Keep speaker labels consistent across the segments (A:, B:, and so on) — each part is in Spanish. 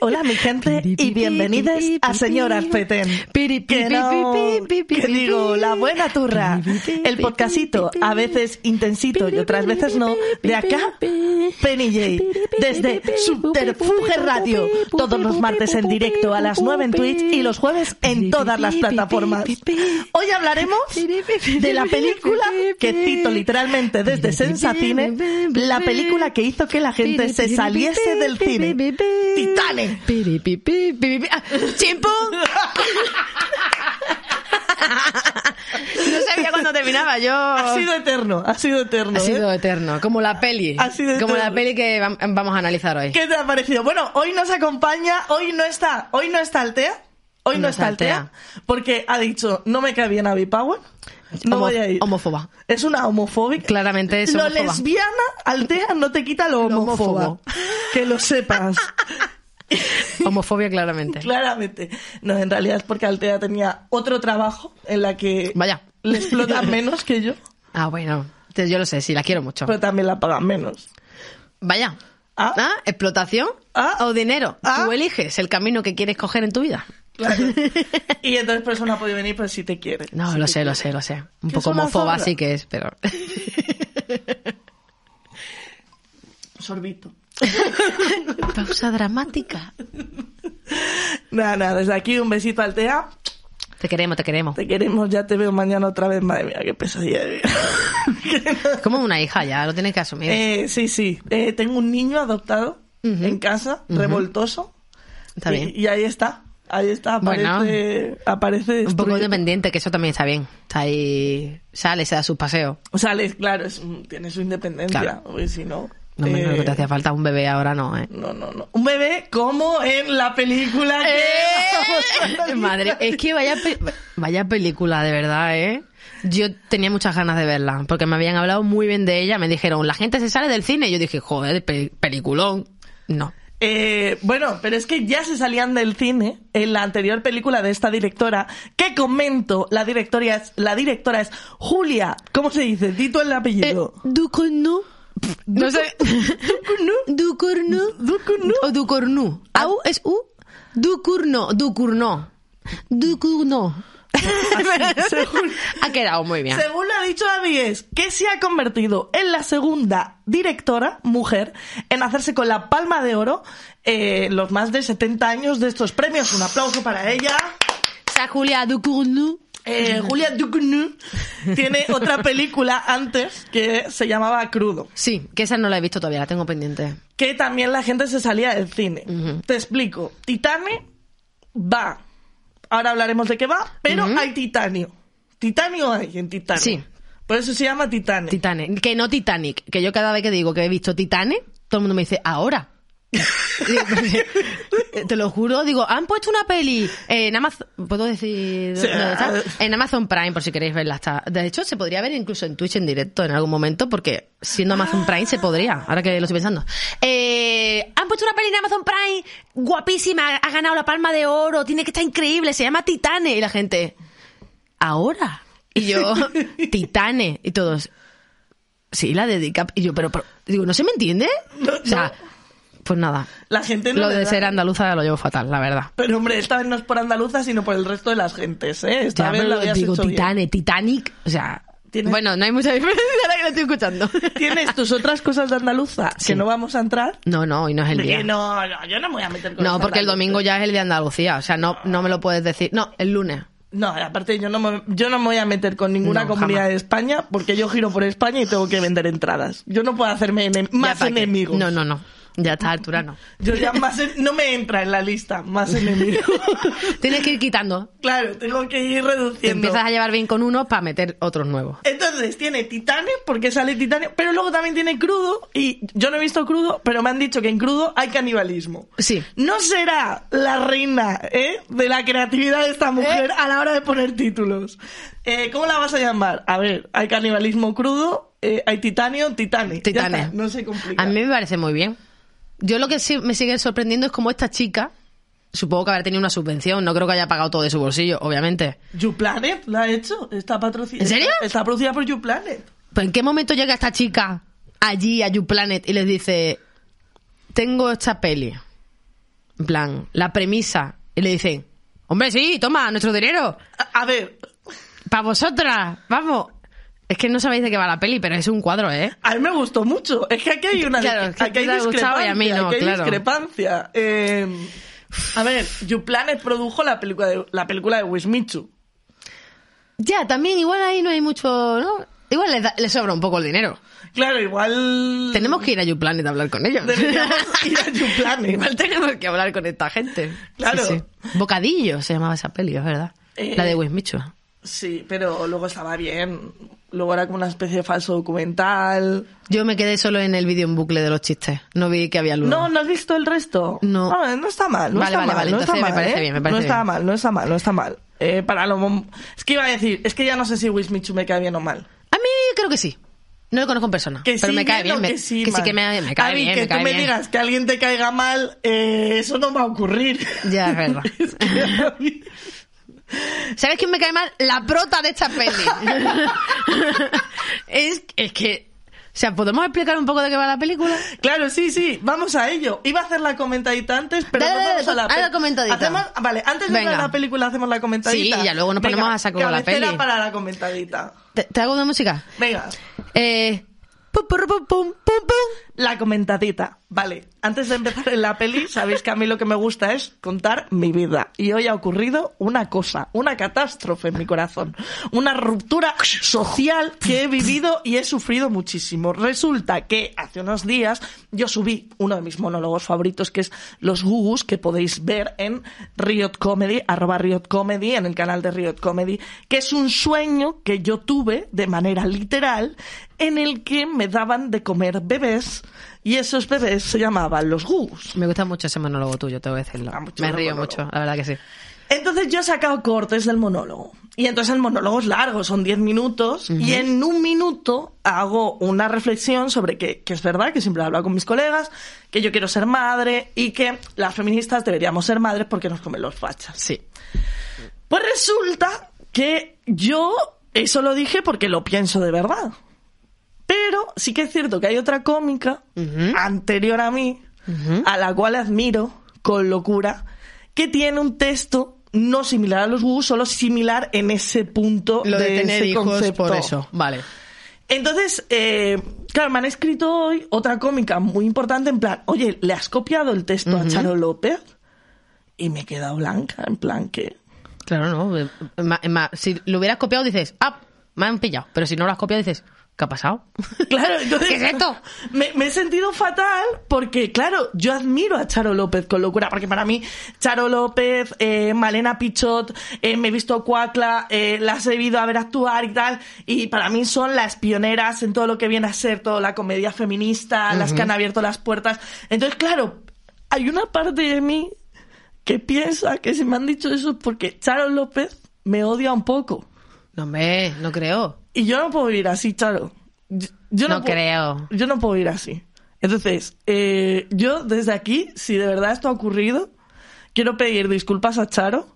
A: Hola mi gente y bienvenidas a Señoras Petén. Que no, que digo, la buena turra. El podcastito, a veces intensito y otras veces no, de acá, Penny J. Desde Subterfuge Radio, todos los martes en directo a las 9 en Twitch y los jueves en todas las plataformas. Hoy hablaremos de la película que cito literalmente desde Sensación Cine, la película que hizo que la gente se saliese del cine. Titane.
B: Ah, ¡Chimpún! No sabía cuándo terminaba, yo...
A: Ha sido eterno, ha sido eterno.
B: Ah. Ha
A: ¿eh?
B: sido eterno, como la peli.
A: Ha sido
B: como
A: eterno.
B: la peli que vam- vamos a analizar hoy.
A: ¿Qué te ha parecido? Bueno, hoy nos acompaña, hoy no está, hoy no está Altea. Hoy no,
B: No está
A: está Altea, porque ha dicho, no me cae bien Abby Power, no
B: Homo-
A: voy a ir.
B: Homofoba.
A: Es una homofóbica.
B: Claramente es
A: Lo
B: homófoba.
A: lesbiana, Altea, no te quita lo
B: Lo
A: homófoba.
B: homófobo.
A: Que lo sepas.
B: Homofobia claramente.
A: Claramente. No, en realidad es porque Altea tenía otro trabajo en la que
B: Vaya.
A: le explotan menos que yo,
B: Ah, bueno. Yo lo sé, sí, la quiero mucho.
A: pero también la pagan menos.
B: Vaya.
A: Ah.
B: ¿Explotación
A: Ah.
B: o dinero?
A: Ah.
B: Tú eliges el camino que quieres coger en tu vida.
A: Claro. Y entonces por eso no ha podido venir, pero sí te quiere.
B: No,
A: Sí
B: lo
A: te
B: sé,
A: quiere.
B: lo sé, lo sé. Un
A: Que
B: poco
A: es una
B: homofoba
A: zorra.
B: sí que es, pero...
A: Sorbito.
B: Pausa dramática.
A: Nada, nada, desde aquí un besito al TEA.
B: Te queremos, te queremos.
A: Te queremos, ya te veo mañana otra vez. Madre mía, qué pesadilla de vida.
B: Como una hija ya, lo tienes que asumir.
A: Eh, sí, sí. Eh, tengo un niño adoptado en casa, revoltoso.
B: Está
A: y,
B: bien.
A: Y ahí está. Ahí está,
B: Bueno.
A: aparece. aparece
B: Un poco
A: destruido.
B: independiente, que eso también está bien. Está ahí, sale, se da sus paseos.
A: Sale, claro, es un- tiene su independencia.
B: Claro.
A: porque si no.
B: No me
A: eh,
B: lo que te hacía falta un bebé ahora, no, ¿eh?
A: No, no, no. Un bebé como en la película que. vamos a analizar.
B: ¡Eh! Madre, es que vaya, pe- vaya película, de verdad, ¿eh? Yo tenía muchas ganas de verla, porque me habían hablado muy bien de ella. Me dijeron, la gente se sale del cine. Y yo dije, joder, pe- peliculón. No.
A: Eh, bueno, pero es que ya se salían del cine en la anterior película de esta directora, que comento, la directora es, la directora es Julia, ¿cómo se dice? Dito el apellido.
B: Eh, Ducornu. No sé. Oh,
A: Ducornu.
B: Ducornu.
A: Ducornu.
B: O Ducornu. ¿Au es U? Ducurno. Ducurno. Ducurno.
A: Así, según,
B: Ha quedado muy bien.
A: según lo ha dicho Abby es que se ha convertido en la segunda directora, mujer, en hacerse con la palma de oro eh, los más de 70 años de estos premios. Un aplauso para ella.
B: Sa Julia Ducournau.
A: Eh, Julia Ducournau tiene otra película antes que se llamaba Crudo.
B: Sí, que esa no la he visto todavía, la tengo pendiente.
A: que también la gente se salía del cine. Te explico. Titane va. Ahora hablaremos de qué va, pero hay titanio. Titanio hay en Titane.
B: Sí.
A: Por eso se llama Titane.
B: Titanic. Que no Titanic. Que yo cada vez que digo que he visto Titanic, todo el mundo me dice, ahora. Digo, Te lo juro, digo, han puesto una peli en Amazon. ¿Puedo decir
A: Sí.
B: dónde está? En Amazon Prime, por si queréis verla. Está. De hecho, se podría ver incluso en Twitch en directo en algún momento, porque siendo Amazon Prime se podría, ahora que lo estoy pensando. Eh, han puesto una peli en Amazon Prime guapísima, ha ganado la palma de oro, tiene que estar increíble, se llama Titane. Y la gente, ¿ahora? Y yo, Titane. Y todos, sí, la dedica. Y yo, pero, pero- digo, ¿no se me entiende?
A: No,
B: o sea, pues nada.
A: La gente no
B: Lo
A: le
B: de
A: da-
B: ser andaluza lo llevo fatal, la verdad.
A: Pero hombre, esta vez no es por andaluza, sino por el resto de las gentes, ¿eh? Esta
B: Ya,
A: vez
B: pero
A: lo habías
B: digo,
A: hecho bien.
B: Titane, Titanic, o sea...
A: Tienes-
B: Bueno, no hay mucha diferencia ahora que lo estoy escuchando.
A: Tienes tus otras cosas de andaluza
B: Sí.
A: que no vamos a entrar.
B: No, no, hoy no es el
A: De que
B: día.
A: no, no, yo no me voy a meter con
B: No,
A: los
B: porque el
A: andaluces.
B: domingo ya es el de Andalucía, o sea, no, no me lo puedes decir. No, el lunes.
A: No, aparte yo no me, yo no me voy a meter con ninguna
B: No,
A: comunidad
B: jamás.
A: de España porque yo giro por España y tengo que vender entradas. Yo no puedo hacerme ene-
B: Ya
A: más
B: pa' qué.
A: enemigos.
B: No, no, no. Ya está, altura no.
A: Yo ya más en- no me entra en la lista más enemigos.
B: Tienes que ir quitando.
A: claro, tengo que ir
B: Te
A: reduciendo.
B: empiezas a llevar bien con uno para meter otros nuevos.
A: Entonces tiene titanio porque sale titanio, pero luego también tiene crudo y yo no he visto crudo, pero me han dicho que en crudo hay canibalismo.
B: Sí.
A: No será la reina ¿eh? de la creatividad de esta mujer
B: ¿Eh?
A: a la hora de poner títulos. Eh, ¿Cómo la vas a llamar? A ver, hay canibalismo crudo, eh, hay titanio, titane. Ya
B: Titanes.
A: está, no se complica.
B: A mí me parece muy bien. Yo lo que sí me sigue sorprendiendo es como esta chica, supongo que habrá tenido una subvención, no creo que haya pagado todo de su bolsillo, obviamente.
A: YouPlanet la ha hecho, está patrocinada.
B: ¿En serio?
A: Está producida por YouPlanet.
B: ¿Pero en qué momento llega esta chica allí a YouPlanet y les dice, tengo esta peli. En plan, la premisa. Y le dicen, hombre, sí, toma, nuestro dinero.
A: A, a ver.
B: Para vosotras, vamos. Es que no sabéis de qué va la peli, pero es un cuadro, ¿eh?
A: A mí me gustó mucho. Es que aquí hay una
B: Claro, es que
A: aquí hay
B: te ha gustado
A: discrepancia.
B: y a mí no,
A: aquí hay
B: claro.
A: discrepancia. Eh, a ver, YouPlanet produjo la película de, la película de Wismichu.
B: Ya, también igual ahí no hay mucho, ¿no? Igual les, da- les sobra un poco el dinero.
A: Claro, igual...
B: Tenemos que ir a YouPlanet a hablar con ellos.
A: Deberíamos ir a YouPlanet.
B: Igual tenemos que hablar con esta gente.
A: Claro.
B: Sí, sí. Bocadillo se llamaba esa peli, es verdad.
A: Eh.
B: La de Wismichu.
A: Sí, pero luego estaba bien. Luego era como una especie de falso documental.
B: Yo me quedé solo en el vídeo en bucle de los chistes. No vi que había luz.
A: No, ¿no has visto el resto?
B: No.
A: Ah, no está mal, no
B: Vale,
A: está
B: vale,
A: mal,
B: vale,
A: no está
B: entonces me
A: mal,
B: parece
A: ¿eh?
B: bien, me parece
A: No está
B: bien.
A: mal, no está mal, no está mal. Eh, para lo... mom- Es que iba a decir, es que ya no sé si Wismichu me cae bien o mal.
B: A mí creo que sí. No lo conozco en persona.
A: Que
B: pero
A: sí
B: me cae bien.
A: o
B: me-
A: que sí,
B: que sí
A: mal.
B: que me, me cae
A: Abby,
B: bien.
A: que
B: me cae
A: tú me
B: bien.
A: digas que alguien te caiga mal, eh, eso no va a ocurrir.
B: Ya, es verdad.
A: Es que, Abby,
B: ¿Sabes quién me cae mal? La prota de esta peli. es, es que. O sea, ¿podemos explicar un poco de qué va la película?
A: claro, sí, sí, vamos a ello. Iba a hacer la comentadita antes, pero
B: Dale,
A: no
B: dale,
A: vamos a la
B: haz la
A: peli.
B: comentadita.
A: Hacemos, vale, antes de
B: Venga.
A: entrar a la película hacemos la comentadita.
B: Sí, y ya luego nos ponemos
A: Venga,
B: a saco con la
A: cabecera
B: peli.
A: para la comentadita.
B: ¿Te, te hago de música?
A: Venga.
B: Eh. Pum, pum, pum, pum, pum, pum.
A: La comentadita. Vale, antes de empezar en la peli, sabéis que a mí lo que me gusta es contar mi vida. Y hoy ha ocurrido una cosa, una catástrofe en mi corazón. Una ruptura social que he vivido y he sufrido muchísimo. Resulta que hace unos días yo subí uno de mis monólogos favoritos, que es Los Gugus, que podéis ver en Riot Comedy, arroba Riot Comedy, en el canal de Riot Comedy, que es un sueño que yo tuve de manera literal en el que me daban de comer bebés y esos bebés se llamaban los gugus.
B: Me gusta mucho ese monólogo tuyo, te voy a decirlo.
A: Ah, mucho
B: Me río
A: monólogo.
B: mucho, la verdad que sí.
A: Entonces yo he sacado cortes del monólogo. Y entonces el monólogo es largo, son 10 minutos. Y en un minuto hago una reflexión sobre que, que es verdad, que siempre he hablado con mis colegas, que yo quiero ser madre y que las feministas deberíamos ser madres porque nos comen los fachas.
B: Sí.
A: Pues resulta que yo eso lo dije porque lo pienso de verdad. Pero sí que es cierto que hay otra cómica
B: Ujú.
A: anterior a mí, a la cual admiro con locura, que tiene un texto no similar a los Wu, solo similar en ese punto
B: Lo de, tener
A: ese
B: hijos
A: concepto.
B: por eso. Vale.
A: Entonces, eh, claro, me han escrito hoy otra cómica muy importante en plan, oye, ¿le has copiado el texto a Charo López? Y me he quedado blanca, en plan, que...
B: Claro, no. eh, ma- ma- si lo hubieras copiado, dices, ah, me han pillado. Pero si no lo has copiado, dices, ¿qué ha pasado?
A: Claro, entonces.
B: ¿Qué es esto?
A: Me, me he sentido fatal porque, claro, yo admiro a Charo López con locura, porque para mí, Charo López, eh, Malena Pichot, eh, me he visto Cuacla, eh, las he ido a ver actuar y tal, y para mí son las pioneras en todo lo que viene a ser toda la comedia feminista, las que han abierto las puertas. Entonces, claro, hay una parte de mí que piensa que si me han dicho eso es porque Charo López me odia un poco.
B: No, hombre, no creo.
A: Y yo no puedo vivir así, Charo. Yo, yo
B: No
A: puedo-
B: creo.
A: Yo no puedo vivir así. Entonces, eh, yo desde aquí, si de verdad esto ha ocurrido, quiero pedir disculpas a Charo.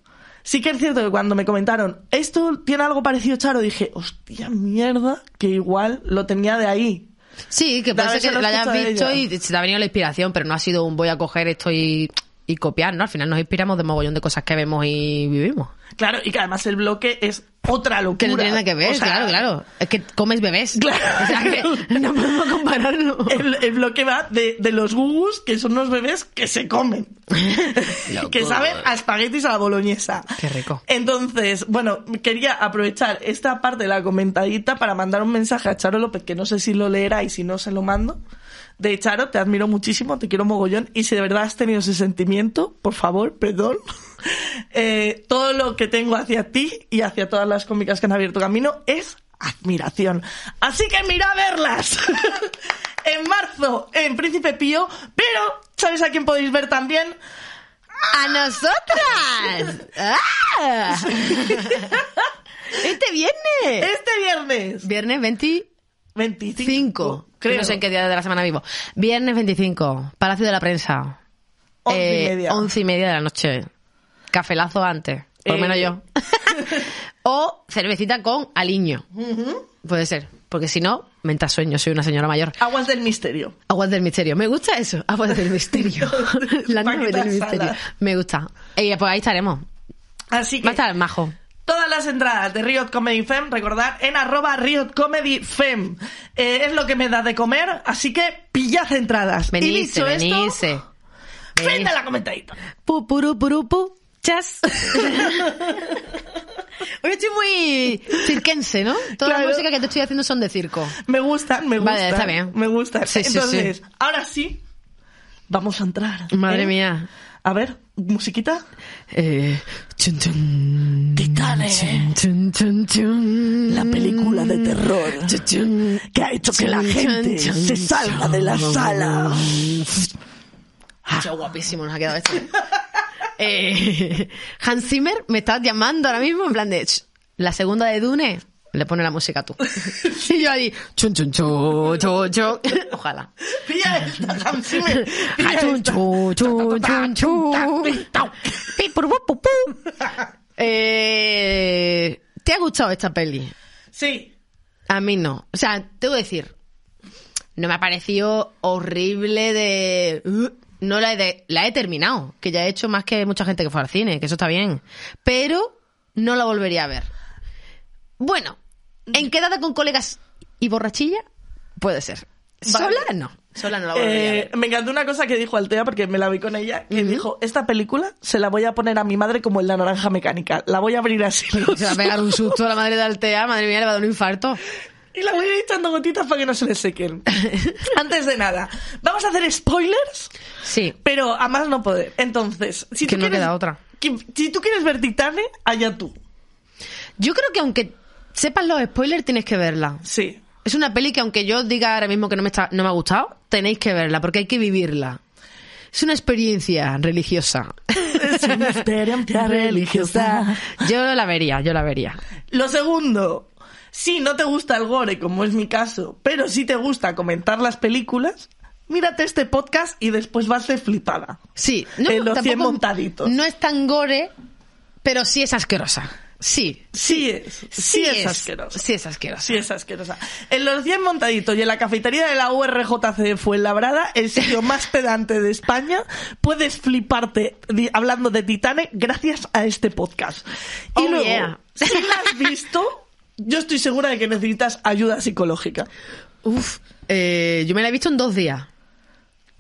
A: Sí que es cierto que cuando me comentaron, esto tiene algo parecido, Charo, dije, hostia mierda, que igual lo tenía de ahí.
B: Sí, que
A: Tal
B: puede ser
A: vez se
B: que
A: lo
B: lo hayas
A: escucha de
B: visto
A: ella.
B: y se te ha venido la inspiración, pero no ha sido un voy a coger esto y, y copiar, ¿no? Al final nos inspiramos de mogollón de cosas que vemos y vivimos.
A: Claro, y que además el bloque es otra locura.
B: Que no tiene nada que ver,
A: O sea,
B: claro, claro. Es que comes bebés.
A: Claro.
B: O sea, que no podemos compararlo.
A: El, el bloque va de, de los gugus, que son unos bebés que se comen. que saben a espaguetis a la boloñesa.
B: Qué rico.
A: Entonces, bueno, quería aprovechar esta parte de la comentadita para mandar un mensaje a Charo López, que no sé si lo leerá y si no, se lo mando. De Charo, te admiro muchísimo, te quiero mogollón. Y si de verdad has tenido ese sentimiento, por favor, perdón. Eh, todo lo que tengo hacia ti y hacia todas las cómicas que han abierto camino es admiración. Así que mira a verlas. en marzo, en Príncipe Pío, pero ¿sabes a quién podéis ver también?
B: ¡A nosotras! ¡Ah! ¡Este viernes!
A: Este viernes,
B: Viernes 20...
A: 25.
B: 5.
A: creo.
B: No sé en qué día de la semana vivo. Viernes 25, Palacio de la Prensa.
A: Once y
B: Eh,
A: media.
B: once y media de la noche. Cafelazo antes, por lo
A: Eh.
B: menos yo. o cervecita con aliño. Puede ser, porque si no, Menta sueño, soy una señora mayor.
A: Aguas del misterio.
B: Aguas del misterio. Me gusta eso. Aguas del misterio. La nave del misterio. Me gusta. Y pues ahí estaremos.
A: Así que.
B: Va a estar majo.
A: Todas las entradas de Riot Comedy Fem, recordad, en arroba Riot Comedy Fem. Eh, es lo que me da de comer, así que pillad entradas.
B: Venirse,
A: y dicho
B: venirse.
A: esto, frente a la comentadita.
B: Pu, puru, puru, pu. Chas. Hoy estoy muy cirquense, ¿no? Toda
A: Claro.
B: la música que te estoy haciendo son de circo.
A: Me gustan, me gustan.
B: Vale, está bien.
A: Me gustan.
B: Sí, sí, sí.
A: Entonces, ahora sí, vamos a entrar.
B: Madre
A: ¿eh?
B: mía.
A: A ver, musiquita.
B: Eh, chun, chun.
A: Titanes.
B: Chun, chun, chun, chun.
A: La película
B: Mm.
A: de terror
B: Chun, chun.
A: que ha hecho que la gente se salga de la sala.
B: Qué guapísimo nos ha quedado esto. Eh, Hans Zimmer me está llamando ahora mismo en plan de "Ch, la segunda de Dune le pone la música tú y yo ahí chun chun chun chun chun ojalá
A: Pilla esta, Hans Zimmer. Pilla
B: Ah, Chun,
A: esta.
B: chun, chun, chun, chun. Pi, pur, bu, pu, pu. Eh, ¿Te ha gustado esta peli?
A: Sí.
B: A mí no. O sea, tengo que decir, no me ha parecido horrible de... "Uh", No la he, de- la he terminado, que ya he hecho más que mucha gente que fue al cine, que eso está bien. Pero no la volvería a ver. Bueno, en quedada con colegas y borrachilla, puede ser.
A: Vale.
B: Sola no. Sola no la volvería a
A: Eh,
B: ver.
A: me encantó una cosa que dijo Altea porque me la vi con ella que dijo esta película se la voy a poner a mi madre como en la naranja mecánica la voy a abrir así
B: Se va a pegar un susto a la madre de Altea, madre mía, le va a dar un infarto.
A: Y la voy a ir echando gotitas para que no se le sequen. Antes de nada, vamos a hacer spoilers,
B: Sí.
A: pero a más no poder. Entonces, si
B: Que
A: tú
B: no
A: quieres,
B: queda otra.
A: que- si tú quieres ver Titane, allá tú.
B: Yo creo que aunque sepas los spoilers, tienes que verla.
A: Sí.
B: Es una peli que aunque yo diga ahora mismo que no me, está, no me ha gustado, tenéis que verla porque hay que vivirla. Es una experiencia religiosa.
A: Es una experiencia religiosa.
B: Yo la vería, yo la vería.
A: Lo segundo, si no te gusta el gore, como es mi caso, pero si te gusta comentar las películas, mírate este podcast y después vas de flipada.
B: Sí, no,
A: Eh, los
B: tampoco-
A: cien montaditos.
B: no es tan gore, pero sí es asquerosa. Sí.
A: Sí es, sí, es, asqueroso.
B: Sí es asquerosa.
A: Sí, es asquerosa. En los 100 montaditos y en la cafetería de la URJC Fuenlabrada, el sitio más pedante de España, puedes fliparte di- hablando de Titane gracias a este podcast. Y
B: Oh,
A: luego,
B: yeah.
A: si la has visto, yo estoy segura de que necesitas ayuda psicológica.
B: Uf, eh, yo me la he visto en dos días.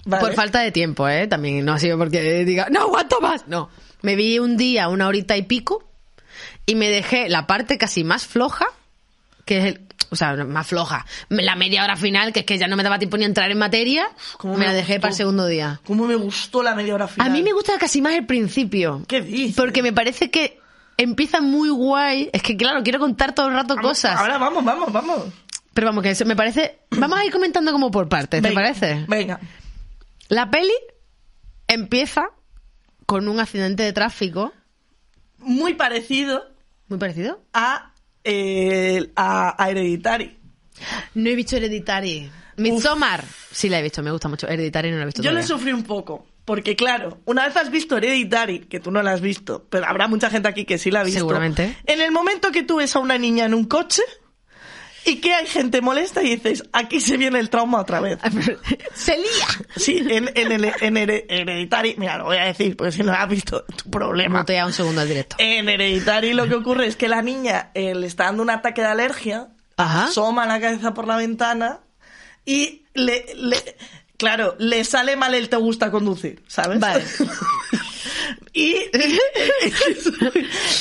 A: ¿vale?
B: Por falta de tiempo, ¿eh? También no ha sido porque diga, no aguanto más. No. Me vi un día, una horita y pico, y me dejé la parte casi más floja, que es el. O sea, más floja. La media hora final, que es que ya no me daba tiempo ni a entrar en materia,
A: ¿Cómo
B: me
A: me
B: la dejé
A: gustó?
B: para el segundo día.
A: ¿Cómo me gustó la media hora
B: A
A: final?
B: mí me gusta casi más el principio.
A: ¿Qué dices?
B: Porque me parece que empieza muy guay. Es que, claro, quiero contar todo el rato cosas.
A: Ahora vamos, vamos, vamos.
B: Pero vamos, que eso me parece. Vamos a ir comentando como por partes, ¿te
A: Venga,
B: parece?
A: Venga.
B: La peli empieza con un accidente de tráfico
A: Muy parecido
B: muy parecido.
A: a, eh, a, a Hereditary.
B: No he visto Hereditary. Midsommar. Sí la he visto, me gusta mucho. Hereditary no la he visto
A: Yo le
B: todavía.
A: sufrí un poco, porque claro, una vez has visto Hereditary, que tú no la has visto, pero habrá mucha gente aquí que sí la ha visto.
B: Seguramente.
A: En el momento que tú ves a una niña en un coche y que hay gente molesta y dices, aquí se viene el trauma otra vez.
B: ¡Se lía!
A: Sí, en, en, el, en Here- Hereditary, mira, lo voy a decir, porque si no la has visto, tu problema.
B: Mutea un segundo al directo.
A: En Hereditary lo que ocurre es que la niña eh, le está dando un ataque de alergia,
B: Ajá.
A: asoma la cabeza por la ventana y le, le- claro, le sale mal el te gusta conducir, ¿sabes?
B: Vale.
A: y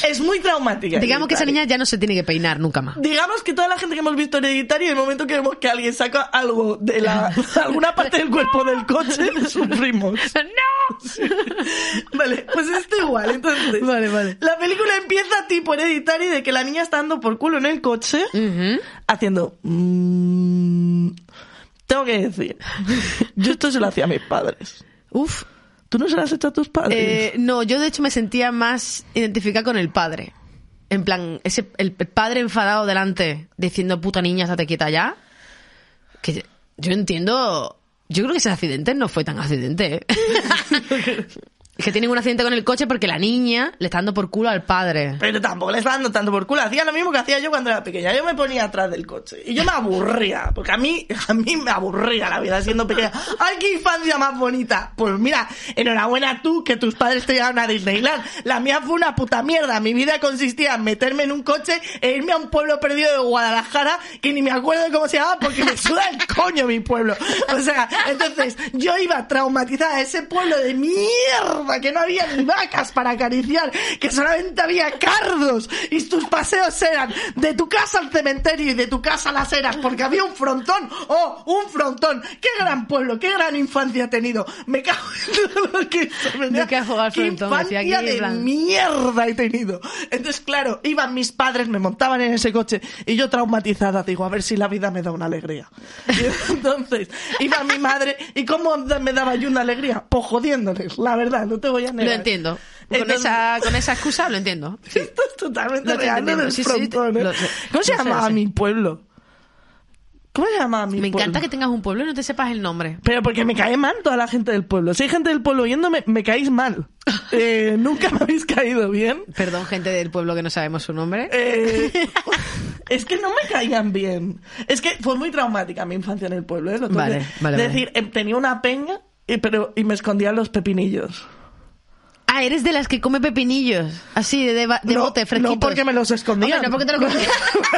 A: es muy traumática.
B: Digamos que esa
A: Hereditary.
B: niña ya no se tiene que peinar nunca más.
A: Digamos que toda la gente que hemos visto hereditario, en el momento que vemos que alguien saca algo de la alguna parte del cuerpo del coche, sufrimos.
B: ¡No!
A: Vale, pues esto igual, entonces.
B: Vale, vale.
A: La película empieza tipo hereditario de que la niña está dando por culo en el coche,
B: Ujú.
A: haciendo... mm, tengo que decir, yo esto se lo hacía a mis padres.
B: Uf.
A: ¿Tú no se lo has hecho a tus padres?
B: Eh, no, yo de hecho me sentía más identificada con el padre. En plan, ese, el padre enfadado delante, diciendo puta niña, estate quieta ya. Que yo entiendo. Yo creo que ese accidente no fue tan accidente. ¿eh? que tienen un accidente con el coche porque la niña le está dando por culo al padre.
A: Pero tampoco le está dando tanto por culo. Hacía lo mismo que hacía yo cuando era pequeña. Yo me ponía atrás del coche. Y yo me aburría. Porque a mí, a mí me aburría la vida siendo pequeña. ¡Ay, qué infancia más bonita! Pues mira, enhorabuena tú que tus padres te llevaron a Disneyland. La mía fue una puta mierda. Mi vida consistía en meterme en un coche e irme a un pueblo perdido de Guadalajara que ni me acuerdo de cómo se llamaba porque me suda el coño mi pueblo. O sea, entonces yo iba traumatizada a ese pueblo de mierda que no había ni vacas para acariciar, que solamente había cardos y tus paseos eran de tu casa al cementerio y de tu casa a las eras porque había un frontón. ¡Oh, un frontón! ¡Qué gran pueblo! ¡Qué gran infancia he tenido! Me cago en todo lo que
B: Nunca que jugado al frontón.
A: infancia
B: decía aquí, en
A: de
B: plan.
A: mierda he tenido! Entonces, claro, iban mis padres, me montaban en ese coche y yo traumatizada digo, a ver si la vida me da una alegría. Y entonces, iba mi madre y ¿cómo da- me daba yo una alegría? Pues jodiéndoles, la verdad, no te voy a negar.
B: Lo entiendo. Con,
A: Entonces-
B: esa, con esa excusa lo entiendo.
A: Esto es totalmente
B: Lo estoy
A: real, lo
B: entendiendo,
A: del
B: sí, sí,
A: frontón,
B: te-
A: ¿eh?
B: lo sé,
A: ¿Cómo se
B: lo sé, lo
A: llamaba
B: sé.
A: mi pueblo? ¿Cómo se llamaba mi
B: Me
A: pueblo?
B: encanta que tengas un pueblo y no te sepas el nombre.
A: Pero porque me cae mal toda la gente del pueblo. Si hay gente del pueblo oyéndome, me caéis mal. Eh, nunca me habéis caído bien.
B: Perdón, gente del pueblo que no sabemos su nombre.
A: Eh, es que no me caían bien. Es que fue muy traumática mi infancia en el pueblo. ¿eh? Lo tengo
B: Vale,
A: que-
B: vale, vale.
A: decir, eh, tenía una peña y, pero, y me escondían los pepinillos.
B: Ah, eres de las que come pepinillos. Así, de, de, ba- de
A: No,
B: bote, fresquito.
A: no, porque me los escondían.
B: no, porque te lo comías.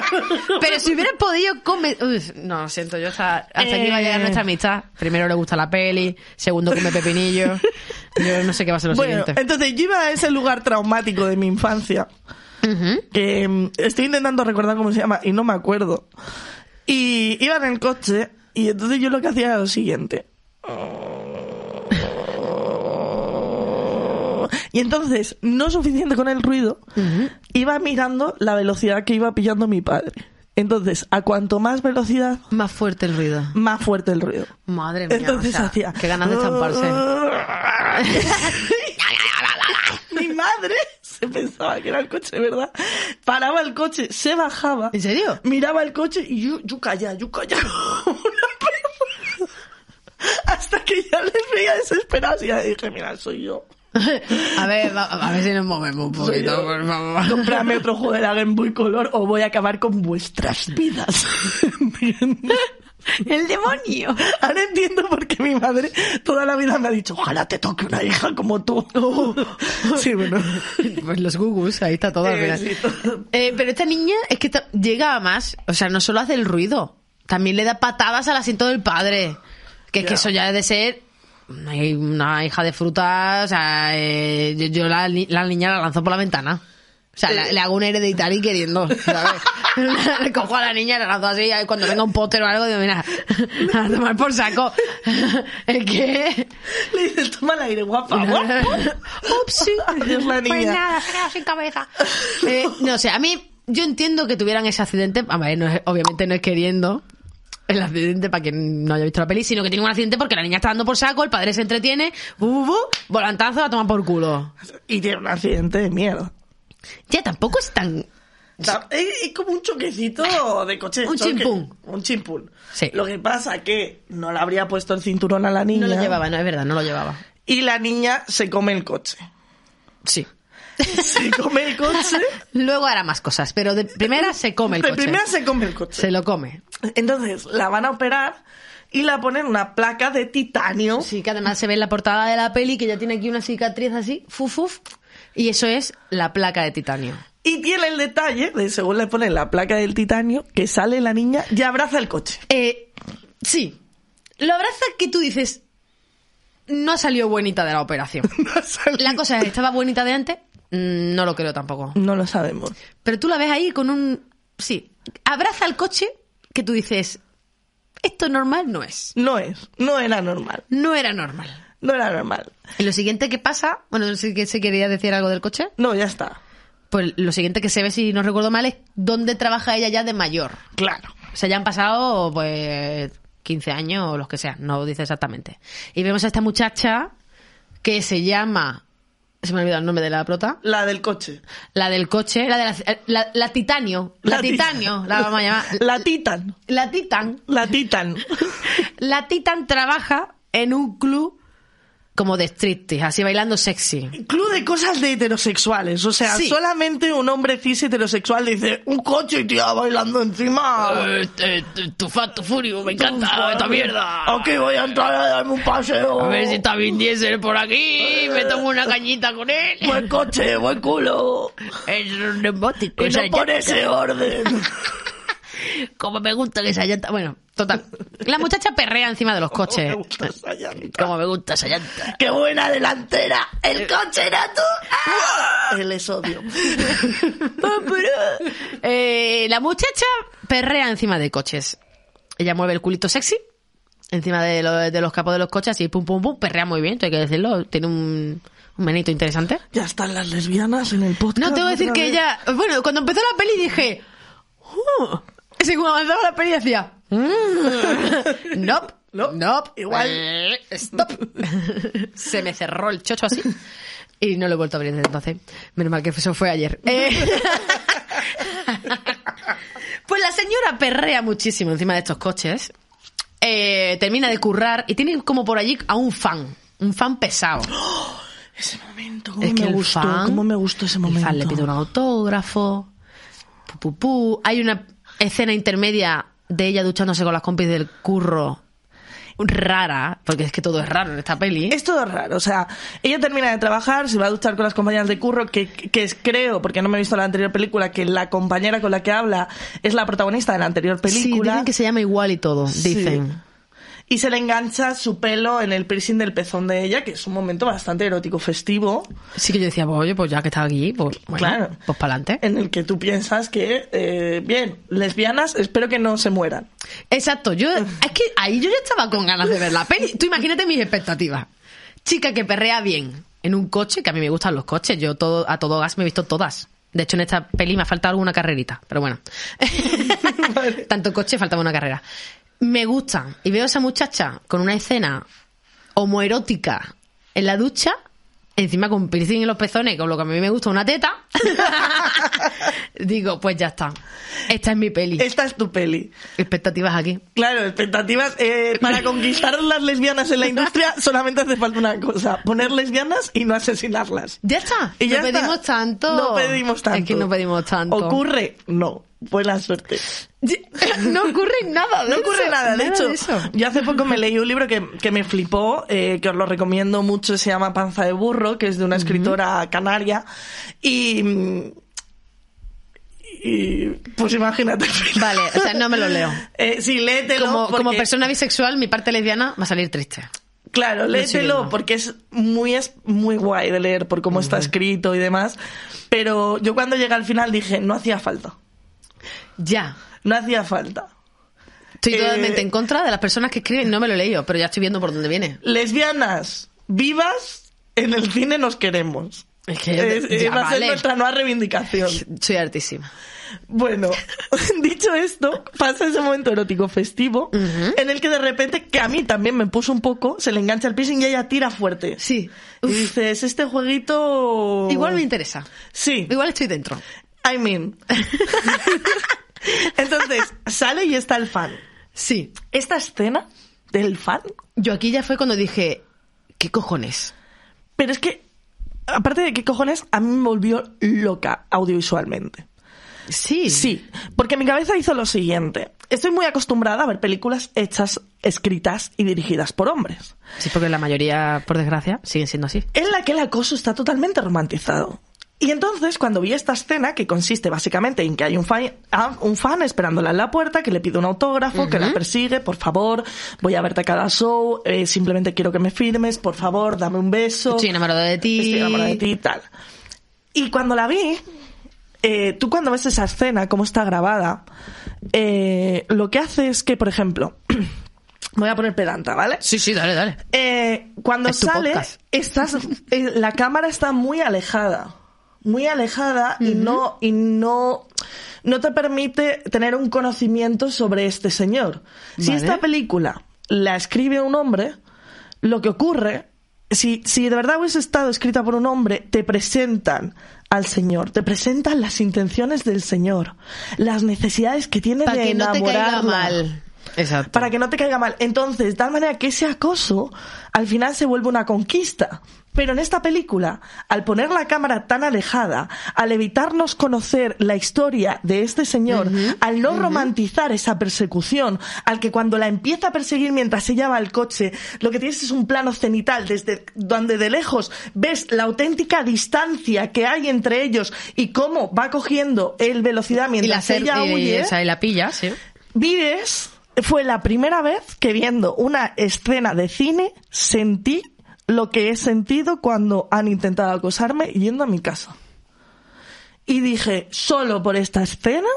B: Pero si hubieras podido comer... Uf, no, lo siento, yo hasta, hasta aquí va a llegar
A: Eh.
B: nuestra amistad. Primero le gusta la peli, segundo come pepinillos. Yo no sé qué va a ser lo
A: Bueno,
B: siguiente.
A: entonces yo iba a ese lugar traumático de mi infancia.
B: Ujú.
A: que mm, estoy intentando recordar cómo se llama y no me acuerdo. Y iba en el coche y entonces yo lo que hacía era lo siguiente. Y entonces, no suficiente con el ruido, iba mirando la velocidad que iba pillando mi padre. Entonces, a cuanto más velocidad,
B: Más fuerte el ruido.
A: más fuerte el ruido.
B: Madre mía,
A: Entonces
B: o sea,
A: hacía... "Ah".
B: qué ganas de estamparse.
A: Mi madre se pensaba que era el coche, ¿verdad? Paraba el coche, se bajaba,
B: ¿En serio?
A: miraba el coche y yo, yo callaba, yo callaba. Una perra. Hasta que ya les veía desesperados y ya dije, mira, soy yo.
B: A ver, va- a ver si nos movemos un
A: Soy
B: poquito,
A: yo.
B: por favor.
A: Comprame otro juego de la Game Boy Color o voy a acabar con vuestras vidas.
B: ¡El demonio!
A: Ahora entiendo por qué mi madre toda la vida me ha dicho, ojalá te toque una hija como tú. Sí, bueno.
B: Pues los gugus, ahí está todo al
A: Eh,
B: final.
A: sí, todo.
B: Eh, pero esta niña es que ta- llega a más. O sea, no solo hace el ruido, también le da patadas al asiento del padre. Que es
A: Ya.
B: que eso ya ha de ser una hi- una hija de fruta. O sea, eh, yo, yo la, ni- la niña la lanzo por la ventana. O sea, la- le hago un hereditario queriendo, ¿sabes? Le cojo a la niña, la lanzo así, y cuando venga un póster o algo, digo, mira, a tomar por saco. Es que...
A: Le dices, toma el aire, guapa, guapa.
B: Ups,
A: Adiós, Ah,
B: Pues
A: la niña.
B: sin cabeza. Eh, no sé, a mí, yo entiendo que tuvieran ese accidente. A ver, no es- obviamente no es queriendo el accidente para quien no haya visto la peli, sino que tiene un accidente porque la niña está dando por saco, el padre se entretiene, bu, bu, bu, volantazo a tomar por culo.
A: Y tiene un accidente de mierda.
B: Ya, tampoco es tan.
A: Ta- Es, es como un choquecito de coche. de
B: Un
A: choque.
B: chimpún.
A: Un chimpún.
B: Sí.
A: Lo que pasa que no le habría puesto el cinturón a la niña.
B: No lo llevaba, no, es verdad, no lo llevaba.
A: Y la niña se come el coche.
B: Sí.
A: Se come el coche.
B: Luego hará más cosas, pero de primera se come el
A: de
B: coche.
A: primera se come el coche.
B: Se lo come.
A: Entonces la van a operar y la ponen una placa de titanio.
B: Sí, que además se ve en la portada de la peli que ya tiene aquí una cicatriz así, fuf, fuf. Y eso es la placa de titanio.
A: Y tiene el detalle de, según le ponen la placa del titanio, que sale la niña y abraza el coche.
B: Eh, sí. Lo abraza que tú dices, no ha salido buenita de la operación. La cosa es, ¿estaba buenita de antes? Mm, No lo creo tampoco.
A: No lo sabemos.
B: Pero tú la ves ahí con un... Sí. Abraza al coche que tú dices, esto normal no es.
A: No es. No era normal.
B: No era normal.
A: No era normal.
B: Y lo siguiente que pasa, bueno, no sé qué- si quería decir algo del coche.
A: No, ya está.
B: Pues lo siguiente que se ve, si no recuerdo mal, es dónde trabaja ella ya de mayor.
A: Claro.
B: O sea, ya han pasado, pues, 15 años o los que sean, no dice exactamente. Y vemos a esta muchacha que se llama. Se me ha olvidado el nombre de la prota.
A: La del coche.
B: La del coche, la de la. La, la titanio. La,
A: ti-
B: titanio, la vamos a llamar. La,
A: La Titan.
B: titan.
A: La Titan.
B: La titan trabaja en un club como de striptease, así bailando sexy.
A: Club de cosas de heterosexuales. O sea,
B: Sí.
A: solamente un hombre cis heterosexual dice un coche y tía bailando encima.
B: tu Fat Furio, me
A: Aquí voy a entrar a darme un paseo.
B: está Vin Diesel por aquí, me tomo una cañita con él.
A: Buen coche, buen culo.
B: Es un neumático,
A: Y no por ese orden.
B: como me gusta que esa llanta. Bueno, total. La muchacha perrea encima de los coches.
A: Me gusta esa llanta.
B: Como me gusta esa llanta.
A: ¡Qué buena delantera! ¡El coche era tú! ¡Ah! Les odio.
B: Eh, la muchacha perrea encima de coches. Ella mueve el culito sexy encima de, lo- de los capos de los coches y pum pum pum perrea muy bien, esto hay que decirlo. Tiene un, un menito interesante.
A: Ya están las lesbianas en el podcast.
B: No, tengo que decir
A: otra
B: que
A: vez.
B: ella. Bueno, cuando empezó la peli dije. "Oh". Según avanzaba la peli decía. "Mm". Nope.
A: Nope.
B: nope,
A: Igual.
B: eh, Stop. Se me cerró el chocho así. Y no lo he vuelto a abrir desde entonces. Menos mal que eso fue ayer. Eh, Pues la señora perrea muchísimo encima de estos coches. Eh, termina de currar y tiene como por allí a un fan. Un fan pesado.
A: Ese momento, cómo
B: Es que
A: me
B: el
A: gustó,
B: fan-
A: cómo me gustó ese
B: el
A: momento.
B: fan le pide un autógrafo. pu, pu, pu. Hay una escena intermedia de ella duchándose con las compis del curro. Rara, porque es que todo es raro en esta peli.
A: Es todo raro, o sea, ella termina de trabajar, se va a duchar con las compañeras de curro, que, que es, creo, porque no me he visto la anterior película, que la compañera con la que habla es la protagonista de la anterior
B: Sí,
A: película.
B: dicen que se llama igual y todo.
A: Sí.
B: Dicen.
A: Y se le engancha su pelo en el piercing del pezón de ella, que es un momento bastante erótico festivo,
B: Sí que yo decía, pues, oye, pues ya que estaba aquí, pues bueno,
A: Claro.
B: pues para adelante.
A: en el que tú piensas que, eh, bien, lesbianas, espero que no se mueran.
B: Exacto, yo es que ahí yo ya estaba con ganas de ver la peli. Tú imagínate mis expectativas. Chica que perrea bien en un coche, que a mí me gustan los coches, yo todo a todo gas me he visto todas. De hecho, en esta peli me ha faltado alguna carrerita, pero bueno.
A: Vale.
B: Tanto coche, faltaba una carrera. Me gusta. Y veo a esa muchacha con una escena homoerótica en la ducha, encima con piercing en los pezones, con lo que a mí me gusta, una teta. Digo, pues ya está. Esta es mi peli.
A: Esta es tu peli.
B: Expectativas aquí.
A: Claro, expectativas. eh, para conquistar las lesbianas en la industria solamente hace falta una cosa, poner lesbianas y no asesinarlas.
B: Ya está.
A: Y ya
B: no
A: está.
B: pedimos tanto.
A: No pedimos tanto.
B: Es que no pedimos tanto.
A: ¿Ocurre? No. Buena suerte.
B: no ocurre nada. de
A: No ocurre
B: eso,
A: nada, de hecho.
B: eso.
A: Yo hace poco me leí un libro que, que me flipó, eh, que os lo recomiendo mucho, se llama Panza de Burro, que es de una escritora canaria. Y. mm, y, pues imagínate. el final.
B: Vale, o sea, no me lo leo.
A: Eh, sí, léetelo.
B: Como, como
A: porque-
B: persona bisexual, mi parte lesbiana va a salir triste.
A: Claro, léetelo
B: siguiendo.
A: porque es muy, es muy guay de leer por cómo está escrito y demás. Pero yo cuando llegué al final dije, no hacía falta.
B: Ya.
A: No hacía falta.
B: Estoy
A: Eh,
B: totalmente en contra de las personas que escriben. No me lo he leído, pero ya estoy viendo por dónde viene.
A: Lesbianas vivas en el cine nos queremos.
B: Es que
A: Es-
B: ya,
A: va a ser
B: vale.
A: nuestra nueva reivindicación.
B: Soy artísima.
A: Bueno, dicho esto, pasa ese momento erótico festivo
B: Ujú.
A: en el que de repente, que a mí también me puso un poco, se le engancha el piercing y ella tira fuerte.
B: Sí.
A: Y
B: Uf.
A: dices, este jueguito...
B: Igual me interesa.
A: Sí.
B: Igual estoy dentro.
A: I mean. Entonces, sale y está el fan.
B: Sí.
A: Esta escena del fan,
B: Yo aquí ya fue cuando dije, ¿qué cojones?
A: pero es que, aparte de qué cojones, a mí me volvió loca audiovisualmente.
B: Sí.
A: Sí, porque mi cabeza hizo lo siguiente. Estoy muy acostumbrada a ver películas hechas, escritas y dirigidas por hombres,
B: Sí, porque la mayoría, por desgracia, siguen siendo así.
A: en la que el acoso está totalmente romantizado. Y entonces, cuando vi esta escena, que consiste básicamente en que hay un fan, ah, un fan esperándola en la puerta, que le pide un autógrafo, que la persigue, por favor, voy a verte a cada show, eh, simplemente quiero que me firmes, por favor, dame un beso.
B: Estoy enamorado de ti.
A: Estoy enamorada de ti y tal. Y cuando la vi, eh, tú cuando ves esa escena, cómo está grabada, eh, lo que hace es que, por ejemplo, voy a poner pedanta, ¿vale?
B: Sí, sí, dale, dale.
A: Eh, cuando
B: Es tu
A: sale,
B: podcast.
A: estás, eh, la cámara está muy alejada. Muy alejada y no, y no, no te permite tener un conocimiento sobre este señor. Si
B: Vale.
A: esta película la escribe un hombre, lo que ocurre, si, si de verdad hubiese estado escrita por un hombre, te presentan al señor, te presentan las intenciones del señor, las necesidades que tiene
B: Para
A: de
B: que no te caiga
A: enamorarla.
B: mal. Exacto.
A: para que no te caiga mal. Entonces, de tal manera que ese acoso al final se vuelve una conquista. Pero en esta película, al poner la cámara tan alejada, al evitarnos conocer la historia de este señor, al no romantizar esa persecución, al que cuando la empieza a perseguir mientras ella va al coche, lo que tienes es un plano cenital desde donde de lejos ves la auténtica distancia que hay entre ellos y cómo va cogiendo el velocidad
B: Y la,
A: mientras
B: cer-
A: ella
B: y-
A: huye.
B: o sea, y la pilla, sí.
A: Vives fue la primera vez que viendo una escena de cine sentí lo que he sentido cuando han intentado acosarme yendo a mi casa. Y dije, solo por esta escena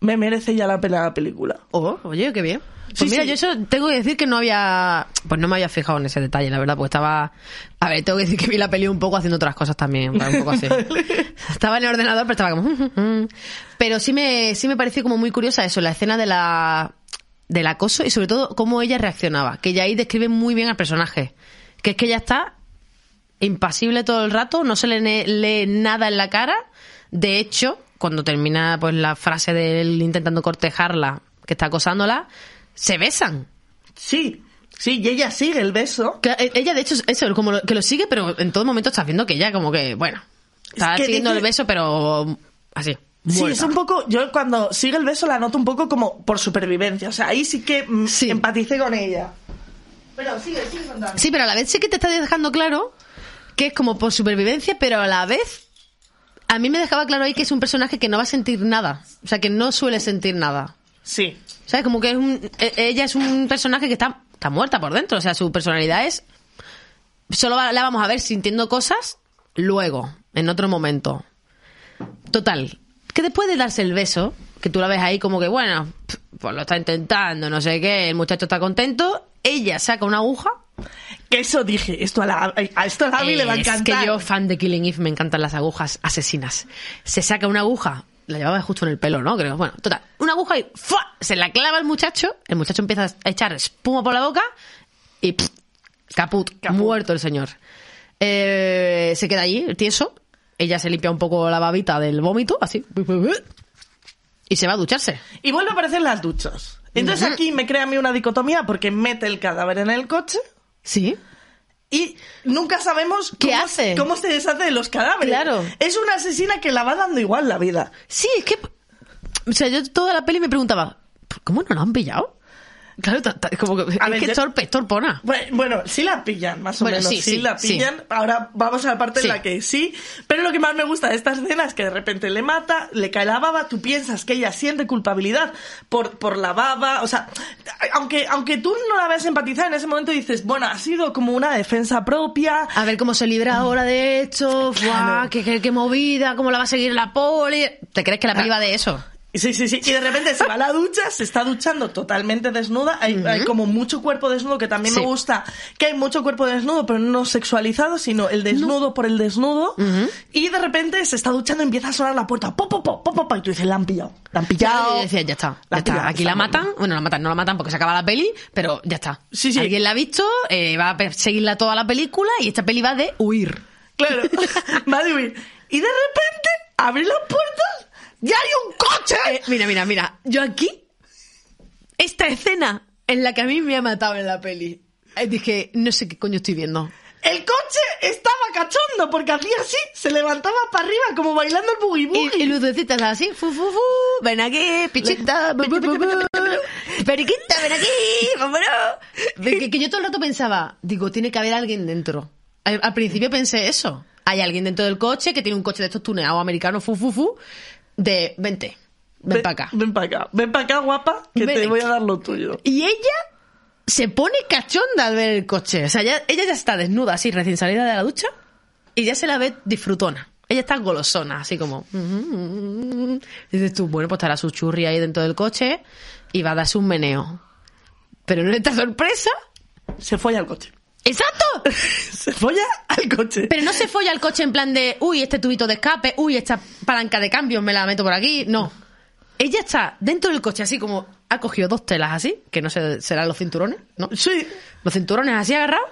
A: me merece ya la pena la película.
B: Oh, oye, qué bien. Pues
A: Sí,
B: mira,
A: sí.
B: yo eso tengo que decir que no había. Pues no me había fijado en ese detalle, la verdad, porque estaba. A ver, tengo que decir que vi la peli un poco haciendo otras cosas también. Un poco así. estaba en el ordenador, pero estaba como. "Mm, pero sí me, sí me pareció como muy curiosa eso, la escena de la del acoso y sobre todo cómo ella reaccionaba, que ya ahí describe muy bien al personaje. Que es que ella está impasible todo el rato, no se le ne- lee nada en la cara. De hecho, cuando termina pues la frase de él intentando cortejarla, que está acosándola, se besan.
A: Sí, sí, y ella sigue el beso.
B: Que- eh, Ella, de hecho, eso, como lo- que lo sigue, pero en todo momento está viendo que ella como que, bueno, está
A: Es que
B: siguiendo
A: dice-
B: el beso, pero así.
A: Sí,
B: muerta.
A: es un poco, yo cuando sigue el beso la noto un poco como por supervivencia, o sea, ahí sí que mm,
B: Sí.
A: empaticé con ella. Pero sigue, sigue contando.
B: Sí, pero a la vez sí que te está dejando claro que es como por supervivencia, pero a la vez a mí me dejaba claro ahí que es un personaje que no va a sentir nada. O sea, que no suele sentir nada.
A: Sí.
B: ¿Sabes? Como que es un, e- ella es un personaje que está, está muerta por dentro. O sea, su personalidad es. Solo va- la vamos a ver sintiendo cosas luego, en otro momento. Total. Que después de darse el beso, que tú la ves ahí como que, bueno, pf, pues lo está intentando, no sé qué, el muchacho está contento, ella saca una aguja.
A: Que eso dije, esto a, la, a esto a la Abby le va a
B: Es
A: encantar.
B: que yo, fan de Killing Eve, me encantan las agujas asesinas. Se saca una aguja, la llevaba justo en el pelo, ¿no? Creo. Bueno, total. Una aguja y ¡fua! se la clava al muchacho. El muchacho empieza a echar espuma por la boca y ¡pff! caput, muerto el señor. Eh, se queda allí, tieso. Ella se limpia un poco la babita del vómito, así. Y se va a ducharse.
A: Y vuelve a aparecer las duchas. Entonces
B: Ujú.
A: aquí me crea a mí una dicotomía porque mete el cadáver en el coche
B: Sí.
A: y nunca sabemos
B: ¿Qué
A: cómo,
B: hace?
A: cómo se deshace de los cadáveres.
B: Claro.
A: Es una asesina que la va dando igual la vida.
B: Sí, es que. O sea, yo toda la peli me preguntaba, ¿por ¿cómo no lo han pillado? Claro, ta- ta- como que.
A: A
B: es
A: ver,
B: que
A: yo-
B: es torpe, es torpona.
A: Bueno, bueno, sí la pillan, más o
B: Bueno,
A: menos.
B: sí,
A: Sí,
B: sí,
A: la
B: sí.
A: pillan. Ahora vamos a la parte
B: Sí.
A: en la que sí. Pero lo que más me gusta de esta escena es que de repente le mata, le cae la baba, tú piensas que ella siente culpabilidad por, por la baba. O sea, aunque, aunque tú no la veas empatizar, en ese momento dices, bueno, ha sido como una defensa propia.
B: A ver cómo se libra ahora de esto, ¡buah!
A: Claro.
B: Qué, qué- qué movida, cómo la va a seguir la poli. Ah, ¿Te crees que la peli va de eso?
A: Sí, sí, sí. Y de repente se va a la ducha, se está duchando totalmente desnuda. Hay, hay como mucho cuerpo desnudo que también
B: Sí.
A: me gusta. Que hay mucho cuerpo desnudo, pero no sexualizado, sino el desnudo por el desnudo. Y de repente se está duchando y empieza a sonar la puerta. Po, po, po, po, po, po, y tú dices, la han pillado. La han pillado.
B: Y yo decía, ya está,
A: La
B: ya está.
A: pillado,
B: Aquí la
A: está
B: matan, bueno, la matan, no la matan porque se acaba la peli, pero ya está.
A: Sí, sí.
B: Alguien la ha visto, eh, va a perseguirla toda la película y esta peli va de huir.
A: Claro. va a huir. Y de repente, abrir las puertas. ¡Ya hay un coche!
B: Eh, mira, mira, mira. Yo aquí, esta escena en la que a mí me ha matado en la peli. Eh, Dije, no sé qué coño estoy viendo.
A: El coche estaba cachondo porque hacía así, se levantaba para arriba como bailando el boogie boogie.
B: Y, y lucecitas así, fu, fu, fu, ven aquí, pichita, bu, bu, bu, bu, periquita, ven aquí, vámonos. De Que, que yo todo el rato pensaba, digo, tiene que haber alguien dentro. Al, al principio pensé eso. Hay alguien dentro del coche que tiene un coche de estos tuneados americanos, fu, fu, fu, de, vente, ven, para acá.
A: Ven para acá. Ven para acá, guapa, que
B: Ven
A: te
B: aquí.
A: voy a dar lo tuyo.
B: Y ella se pone cachonda al ver el coche. O sea, ya- ella ya está desnuda, así, recién salida de la ducha. Y ya se la ve disfrutona. Ella está golosona, así como. Y dices tú, bueno, pues estará su churri ahí dentro del coche y va a darse un meneo. Pero no esta sorpresa.
A: Se folla al coche.
B: ¡Exacto!
A: Se folla al coche.
B: Pero no se folla el coche en plan de, uy, este tubito de escape, uy, esta palanca de cambios me la meto por aquí. No. Ella está dentro del coche, así como ha cogido dos telas así, que no sé, serán los cinturones, ¿no?
A: Sí.
B: los cinturones así agarrados.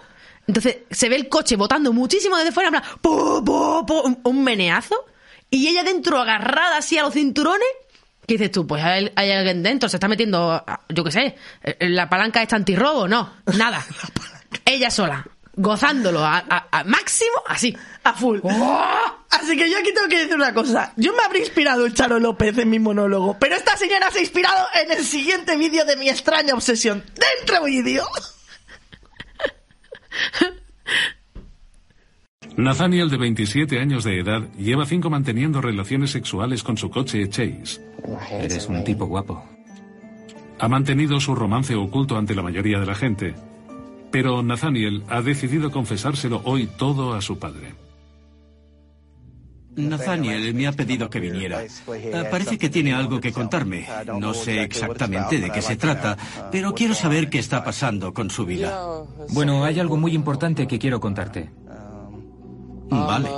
B: Entonces se ve el coche botando muchísimo desde fuera, en plan, po, po, po, un, un meneazo. Y ella dentro agarrada así a los cinturones, ¿Qué dices tú? Pues hay, hay alguien dentro, se está metiendo, yo qué sé, la palanca está antirrobo, no, nada. Ella sola, gozándolo a, a- a máximo, así.
A: A full.
B: ¡Oh!
A: Así que yo aquí tengo que decir una cosa. Yo me habré inspirado en Charo López en mi monólogo, pero esta señora se ha inspirado en el siguiente vídeo de mi extraña obsesión. ¡Dentro vídeo!
C: Nathaniel, de 27 años de edad, lleva cinco manteniendo relaciones sexuales con su coche Chase.
D: Eres un tipo guapo.
C: Ha mantenido su romance oculto ante la mayoría de la gente, pero Nathaniel ha decidido confesárselo hoy todo a su padre.
E: Nathaniel me ha pedido que viniera. Eh, Parece que tiene algo que contarme. No sé exactamente de qué se trata, pero quiero saber qué está pasando con su vida.
D: Bueno, hay algo muy importante que quiero contarte.
E: Vale.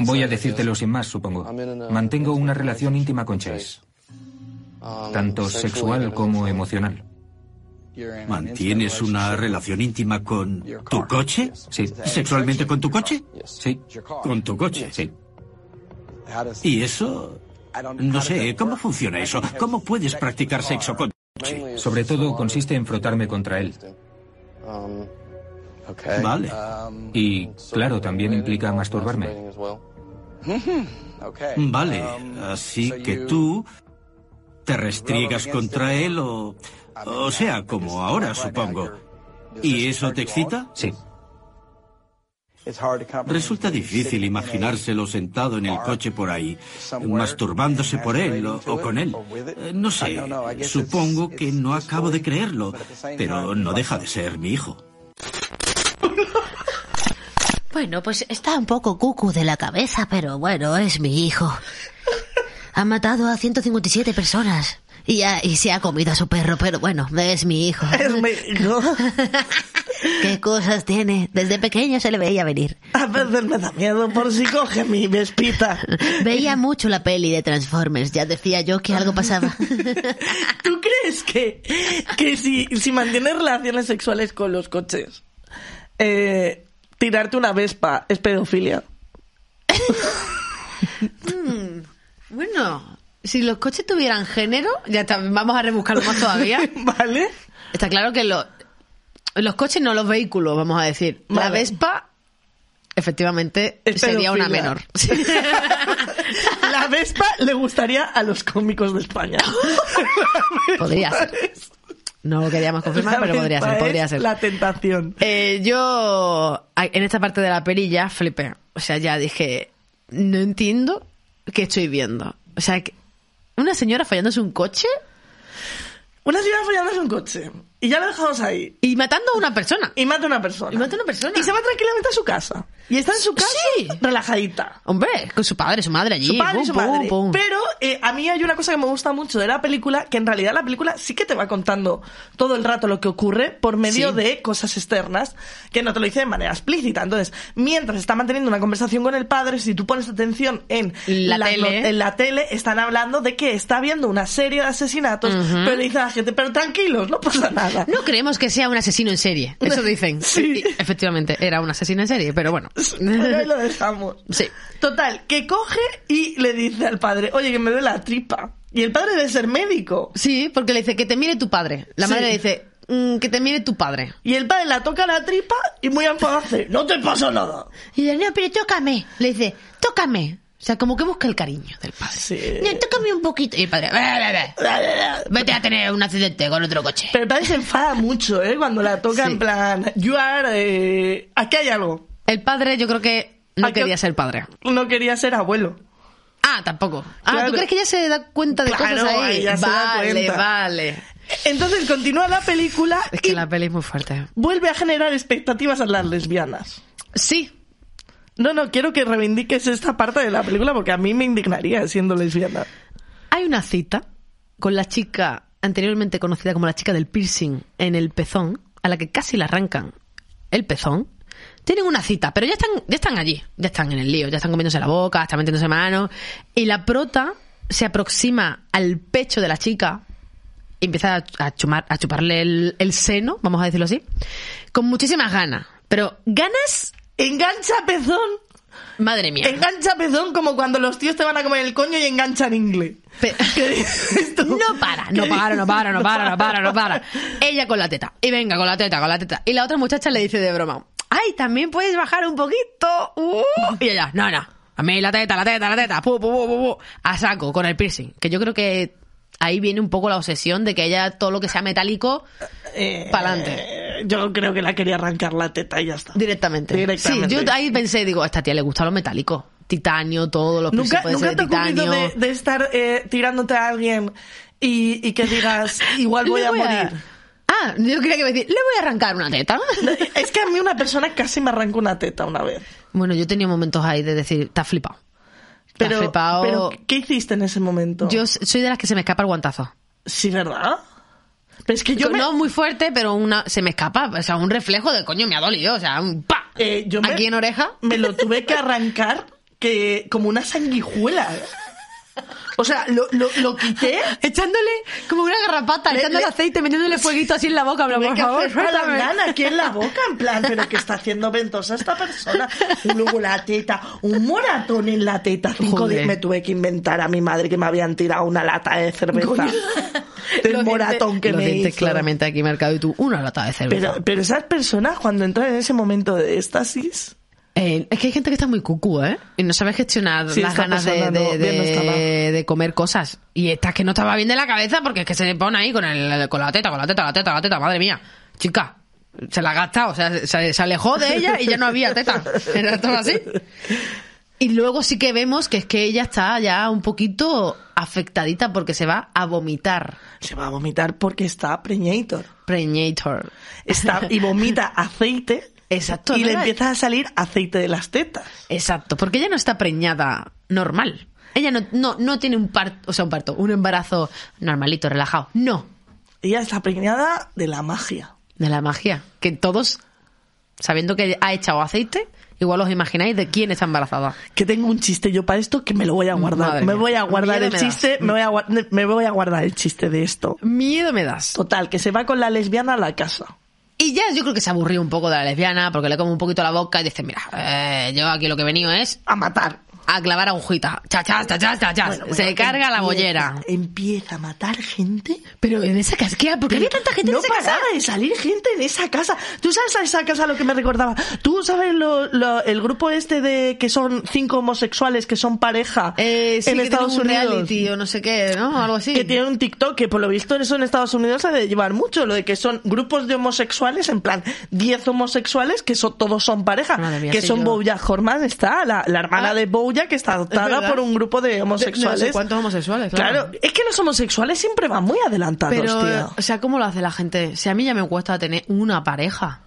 D: Voy a decírtelo sin más, supongo. Mantengo una relación íntima con Chase, tanto sexual como emocional.
E: ¿Mantienes una relación íntima con tu coche?
D: Sí.
E: ¿Sexualmente con tu coche?
D: Sí,
E: Con tu coche.
D: sí.
E: Y eso... No sé, ¿cómo funciona eso? ¿Cómo puedes practicar sexo con...
D: Sobre todo consiste en frotarme contra él.
E: Vale.
D: Y, claro, también implica masturbarme.
E: Vale, así que tú te restriegas contra él o... O sea, como ahora, supongo. ¿Y eso te excita?
D: Sí,
E: Resulta difícil imaginárselo sentado en el coche por ahí, masturbándose por él o, o con él. Eh, No sé, supongo que no acabo de creerlo, pero no deja de ser mi hijo.
F: Bueno, pues está un poco cucu de la cabeza, pero bueno, es mi hijo. Ha matado a 157 personas. Y, ha- y se ha comido a su perro, pero bueno, es mi hijo.
A: Es mi hijo.
F: ¿Qué cosas tiene? Desde pequeño se le veía venir.
A: A veces me da miedo por si coge mi vespita.
F: Veía mucho la peli de Transformers, ya decía yo que algo pasaba.
A: ¿Tú crees que, que si, si mantienes relaciones sexuales con los coches, eh, tirarte una vespa es pedofilia?
B: Bueno, si los coches tuvieran género, ya está, vamos a rebuscarlo más todavía.
A: ¿Vale?
B: Está claro que lo- los coches no los vehículos, vamos a decir. La
A: Vale.
B: Vespa, efectivamente,
A: Es
B: sería una
A: pedofilia.
B: menor.
A: La vespa le gustaría a los cómicos de España.
B: Podría ser. No lo queríamos confirmar,
A: La
B: pero podría
A: vespa
B: ser,
A: es
B: podría ser.
A: La tentación.
B: Eh, yo a- en esta parte de la peli ya flipé. O sea, ya dije, no entiendo qué estoy viendo. O sea, que- una señora fallándose un coche
A: Una señora follándose un coche y ya lo dejamos ahí.
B: y matando a una persona.
A: Y mata a una persona.
B: Y mata a una persona.
A: Y se va tranquilamente a su casa. Y está en su casa
B: Sí.
A: relajadita.
B: Hombre, con su padre, su madre allí.
A: Su padre
B: pum,
A: y su
B: pum,
A: madre.
B: pum.
A: Pero eh, a mí hay una cosa que me gusta mucho de la película, que en realidad la película sí que te va contando todo el rato lo que ocurre por medio
B: Sí.
A: de cosas externas que no te lo dice de manera explícita. Entonces, mientras está manteniendo una conversación con el padre, si tú pones atención en
B: La
A: las
B: tele.
A: no- en la tele, están hablando de que está viendo una serie de asesinatos, pero le dice a la gente, pero tranquilos, no pasa nada.
B: No creemos que sea un asesino en serie. Eso dicen.
A: Sí.
B: Y- efectivamente, era un asesino en serie, pero bueno.
A: Bueno, ahí lo dejamos.
B: Sí.
A: Total, que coge y le dice al padre, oye, que me duele la tripa. Y el padre debe ser médico.
B: Sí, porque le dice que te mire tu padre. La
A: Sí.
B: madre le dice "Mm, que te mire tu padre.
A: Y el padre la toca la tripa y muy enfadado hace, no te pasa nada.
B: Y dice, no, pero tócame. Le dice, tócame. O sea, como que busca el cariño del padre.
A: Sí.
B: No, tócame un poquito. Y el padre, "Ve, ve, ve. vete a tener un accidente con otro coche.
A: Pero el padre se enfada mucho, ¿eh? Cuando la toca
B: Sí.
A: en plan, you are, eh, aquí hay algo.
B: El padre, yo creo que no
A: ¿A qué-
B: quería ser padre.
A: No quería ser abuelo.
B: Ah, tampoco. Ah,
A: Claro.
B: ¿tú crees que ya se da cuenta de
A: Claro,
B: cosas ahí?
A: ella se da
B: vale,
A: cuenta.
B: vale.
A: Entonces continúa la película
B: Es
A: y
B: que la peli es muy fuerte.
A: vuelve a generar expectativas a las lesbianas.
B: Sí,
A: No, no, quiero que reivindiques esta parte de la película porque a mí me indignaría siendo lesbiana.
B: Hay una cita con la chica anteriormente conocida como la chica del piercing en el pezón, a la que casi le arrancan el pezón. Tienen una cita, pero ya están, ya están allí, ya están en el lío, ya están comiéndose la boca, están metiéndose manos. Y la prota se aproxima al pecho de la chica y empieza a, a chumar- a chuparle el, el seno, vamos a decirlo así, con muchísimas ganas. Pero ganas
A: Engancha pezón.
B: Madre mía.
A: Engancha pezón como cuando los tíos te van a comer el coño y enganchan inglés.
B: Pe- No para, no para, no para, no para, no para, no para. Ella con la teta. Y venga, con la teta, con la teta. Y la otra muchacha le dice de broma, ay, también puedes bajar un poquito. Uh". Y ella, no, no. A mí la teta, la teta, la teta. Pu, pu, pu, pu, pu". A saco, con el piercing. Que yo creo que ahí viene un poco la obsesión de que ella todo lo que sea metálico,
A: Eh,
B: Pa'lante.
A: Yo creo que la quería arrancar la teta y ya está.
B: directamente.
A: Directamente.
B: Sí, yo ahí pensé, digo, a esta tía le gusta lo metálico. Titanio, todo lo que
A: ¿Nunca,
B: pues, puede
A: nunca
B: ser
A: te ha
B: de titanio.
A: ocurrido de, de estar eh, tirándote a alguien y, y que digas, igual voy
B: Le
A: a morir?
B: Ah, yo creía que me decía, le voy a arrancar una teta.
A: Es que a mí una persona casi me arrancó una teta una vez.
B: bueno, yo tenía momentos ahí de decir, te has flipado. Te has
A: Pero,
B: flipado.
A: pero, ¿qué hiciste en ese momento?
B: Yo s- soy de las que se me escapa el guantazo.
A: Sí, ¿verdad? Pero es que yo me...
B: No muy fuerte, pero una se me escapa. O sea, un reflejo de coño me ha dolido. O sea, un pa.
A: eh, yo me-
B: Aquí en oreja.
A: Me lo tuve que arrancar que como una sanguijuela. O sea, lo, lo, lo quité...
B: Echándole como una garrapata,
A: Le-
B: echándole
A: le-
B: aceite, metiéndole fueguito así en la boca. Pero,
A: Tuve
B: por
A: que
B: favor,
A: hacer una
B: suéltame.
A: bandana aquí en la boca, en plan, pero que está haciendo ventosa esta persona. Y luego la teta, un moratón en la teta. Cinco
B: Joder.
A: días me tuve que inventar a mi madre que me habían tirado una lata de cerveza. Del
B: Los
A: moratón
B: dientes-
A: que
B: los
A: me
B: dientes
A: hizo.
B: claramente aquí marcado y tú una lata de cerveza.
A: Pero, pero esas personas, cuando entran en ese momento de éxtasis,
B: Eh, es que hay gente que está muy cucú, ¿eh? Y no sabe gestionar
A: Sí,
B: las
A: esta
B: ganas de,
A: persona
B: de-
A: no- bien no
B: de-
A: estaba.
B: de comer cosas. Y esta que no estaba bien de la cabeza porque es que se pone ahí con, el, con la teta, con la teta, la teta, la teta. Madre mía, chica, se la ha gastado. O sea, se, se alejó de ella y ya no había teta. Era todo así. Y luego sí que vemos que es que ella está ya un poquito afectadita porque se va a vomitar.
A: se va a vomitar porque está preñator.
B: Preñator.
A: Está, y vomita aceite.
B: Exacto,
A: Y le
B: ¿verdad?
A: empieza a salir aceite de las tetas.
B: Exacto, porque ella no está preñada normal. Ella no, no, no tiene un parto, o sea, un parto, un embarazo normalito, relajado. No,
A: Ella está preñada de la magia.
B: de la magia. Que todos, sabiendo que ha echado aceite, igual os imagináis de quién está embarazada.
A: que tengo un chiste yo para esto que me lo voy a guardar.
B: Madre
A: me
B: mía.
A: voy a guardar
B: Miedo
A: el
B: me
A: chiste,
B: das.
A: me voy, a, guar- me voy a guardar el chiste de esto.
B: Miedo me das.
A: Total, que se va con la lesbiana a la casa.
B: Y ya yo creo que se aburrió un poco de la lesbiana porque le come un poquito la boca y dice, mira, eh, yo aquí lo que he venido es
A: A matar.
B: a clavar agujita. Chachas, chachas, chachas.
A: Bueno, bueno,
B: se carga la
A: empieza-
B: bollera.
A: Empieza a matar gente.
B: Pero en esa casquea, ¿por qué había tanta gente
A: no
B: en esa
A: paraba
B: casa?
A: de salir gente en esa casa. ¿Tú sabes a esa casa lo que me recordaba? ¿Tú sabes lo- lo- el grupo este de que son cinco homosexuales que son pareja
B: Eh, sí,
A: en
B: que
A: Estados
B: tiene un
A: Unidos?
B: reality o no sé qué, ¿no? Algo así.
A: Que tiene un TikTok, que por lo visto eso en Estados Unidos se debe llevar mucho, lo de que son grupos de homosexuales, en plan 10 homosexuales, que son, todos son pareja,
B: Madre mía,
A: que
B: sí,
A: son
B: yo-
A: Bojack Horseman, está la, la hermana
B: Ah.
A: de Bojack, que está adoptada
B: verdad.
A: por un grupo de homosexuales.
B: De no sé cuántos homosexuales, claro.
A: es que los homosexuales siempre van muy adelantados,
B: Pero, eh,
A: tío.
B: o sea, ¿cómo lo hace la gente? Si a mí ya me cuesta tener una pareja.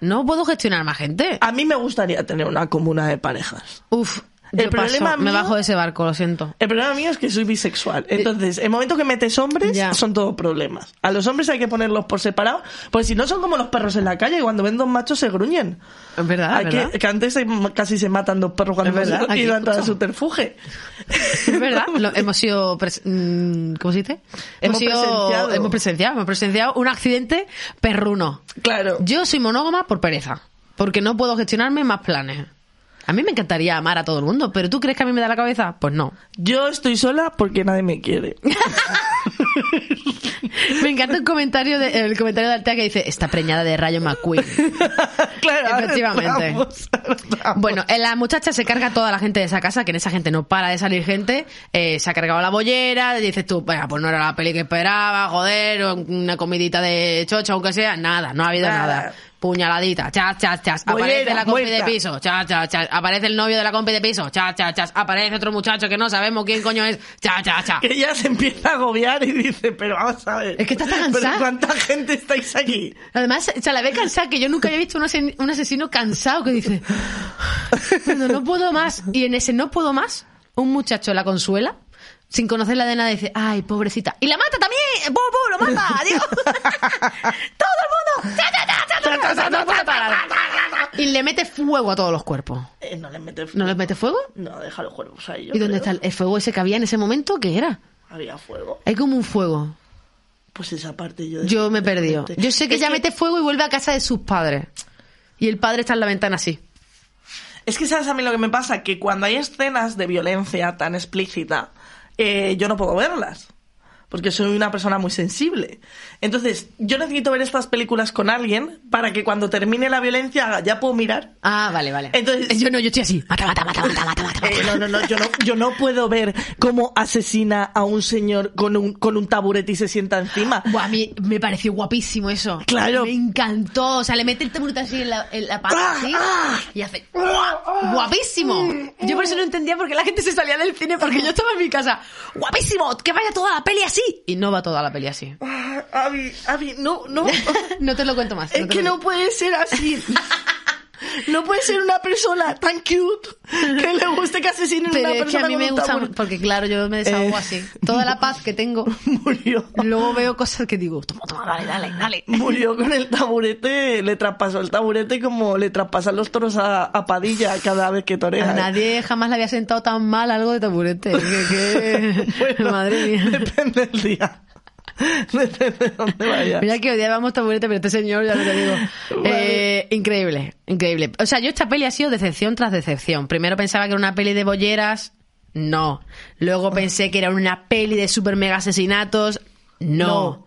B: No puedo gestionar más gente.
A: A mí me gustaría tener una comuna de parejas.
B: Uf,
A: El
B: yo
A: problema
B: paso, me
A: mío-
B: bajo de ese barco, lo siento.
A: El problema mío es que soy bisexual. Entonces, el momento que metes hombres,
B: Ya.
A: son todos problemas. A los hombres hay que ponerlos por separado, porque si no son como los perros en la calle, y cuando ven dos machos se gruñen.
B: Es verdad,
A: Hay
B: es
A: que-
B: Ah, verdad.
A: Que, antes se- casi se matan dos perros cuando
B: Es verdad,
A: se
B: aquí,
A: iban tras el
B: escucha.
A: subterfuge.
B: Es verdad, lo- hemos sido. pres- mm, ¿Cómo se dice?
A: Hemos
B: sido-
A: presenciado.
B: hemos presenciado. Hemos presenciado un accidente perruno.
A: Claro.
B: Yo soy monógama por pereza, porque no puedo gestionarme más planes. A mí me encantaría amar a todo el mundo, pero ¿tú crees que a mí me da la cabeza? Pues no.
A: Yo estoy sola porque nadie me quiere.
B: Me encanta el comentario de, el comentario de Altea que dice, está preñada de Rayo McQueen.
A: claro, ahora
B: Efectivamente.
A: entramos, ahora entramos.
B: Bueno, eh, la muchacha se carga a toda la gente de esa casa, que en esa gente no para de salir gente, eh, se ha cargado la bollera, y dices tú, "Venga, pues no era la peli que esperaba, joder, o una comidita de chocho, aunque sea, nada, no ha habido
A: Nada.
B: nada. Puñaladita, chas, chas, chas, aparece
A: Bollera,
B: la compi
A: muerta.
B: de piso, chas, chas, chas, aparece el novio de la compi de piso, chas, chas, chas, aparece otro muchacho que no sabemos quién coño es, chas, chas, chas.
A: Que ella se empieza a agobiar y dice, pero vamos a ver.
B: ah. Es que estás tan
A: ¿Pero
B: cansada.
A: cuánta gente estáis aquí?
B: Además, se la ve cansada, que yo nunca había visto un, ase- un asesino cansado que dice, "Bueno, no puedo más. Y en ese no puedo más, un muchacho la consuela, sin conocerla de nada, dice, ay, pobrecita. Y la mata también, ¡Bum, bum, lo mata, adiós. Todo el mundo. ¡Cha, cha, cha, cha, cha, cha! No puede parar. Y le mete fuego a todos los cuerpos.
A: Eh, no les mete fuego.
B: ¿No les mete fuego?
A: No, deja los cuerpos ahí. yo
B: ¿Y dónde está
A: creo.
B: el el fuego ese que había en ese momento? ¿Qué era?
A: Había fuego.
B: Hay como un fuego.
A: Pues esa parte yo...
B: Yo me he perdido. Yo sé que
A: Es
B: ella mete fuego y vuelve a casa de sus padres. Y el padre está en la ventana así.
A: Es que sabes a mí lo que me pasa, que cuando hay escenas de violencia tan explícita, eh, yo no puedo verlas. Porque soy una persona muy sensible. Entonces, yo necesito ver estas películas con alguien para que cuando termine la violencia ya puedo mirar.
B: Ah, vale, vale.
A: Entonces-
B: yo no, yo estoy así. Mata, mata, mata, mata, mata, mata.
A: Eh, no, no, no yo, no, yo no puedo ver cómo asesina a un señor con un, con un taburete y se sienta encima.
B: Buah, a mí me pareció guapísimo eso.
A: Claro.
B: Me encantó. O sea, le mete el taburete así en la, en la pata así, y hace... ¡Guapísimo!
A: Mm.
B: Yo por eso no entendía por qué la gente se salía del cine porque yo estaba en mi casa. ¡Guapísimo! ¡Que vaya toda la peli así! Y no va toda la peli así.
A: Ah, Abby, Abby, no, no.
B: No te lo cuento más.
A: Es
B: te
A: que
B: lo
A: no puede ser así. No puede ser una persona tan cute que le guste que asesinen
B: Pero
A: a una
B: es que
A: persona
B: a mí
A: con
B: me
A: un
B: gusta,
A: taburete.
B: porque claro, yo me desahogo
A: Eh.
B: así. Toda la paz que tengo,
A: Murió.
B: luego veo cosas que digo, toma, toma, dale, dale, dale.
A: Murió con el taburete, le traspasó el taburete como le traspasan los toros a, a Padilla cada vez que torea.
B: A nadie jamás le había sentado tan mal algo de taburete. Que, que-
A: Bueno,
B: Madre mía.
A: Depende del día. Depende de dónde vaya.
B: Mira que odiábamos taburete, pero este señor ya no te digo. Eh, increíble, increíble. O sea, yo esta peli ha sido decepción tras decepción. Primero pensaba que era una peli de bolleras, no.
A: Ah.
B: Luego pensé que era una peli de super mega asesinatos, no.
A: No.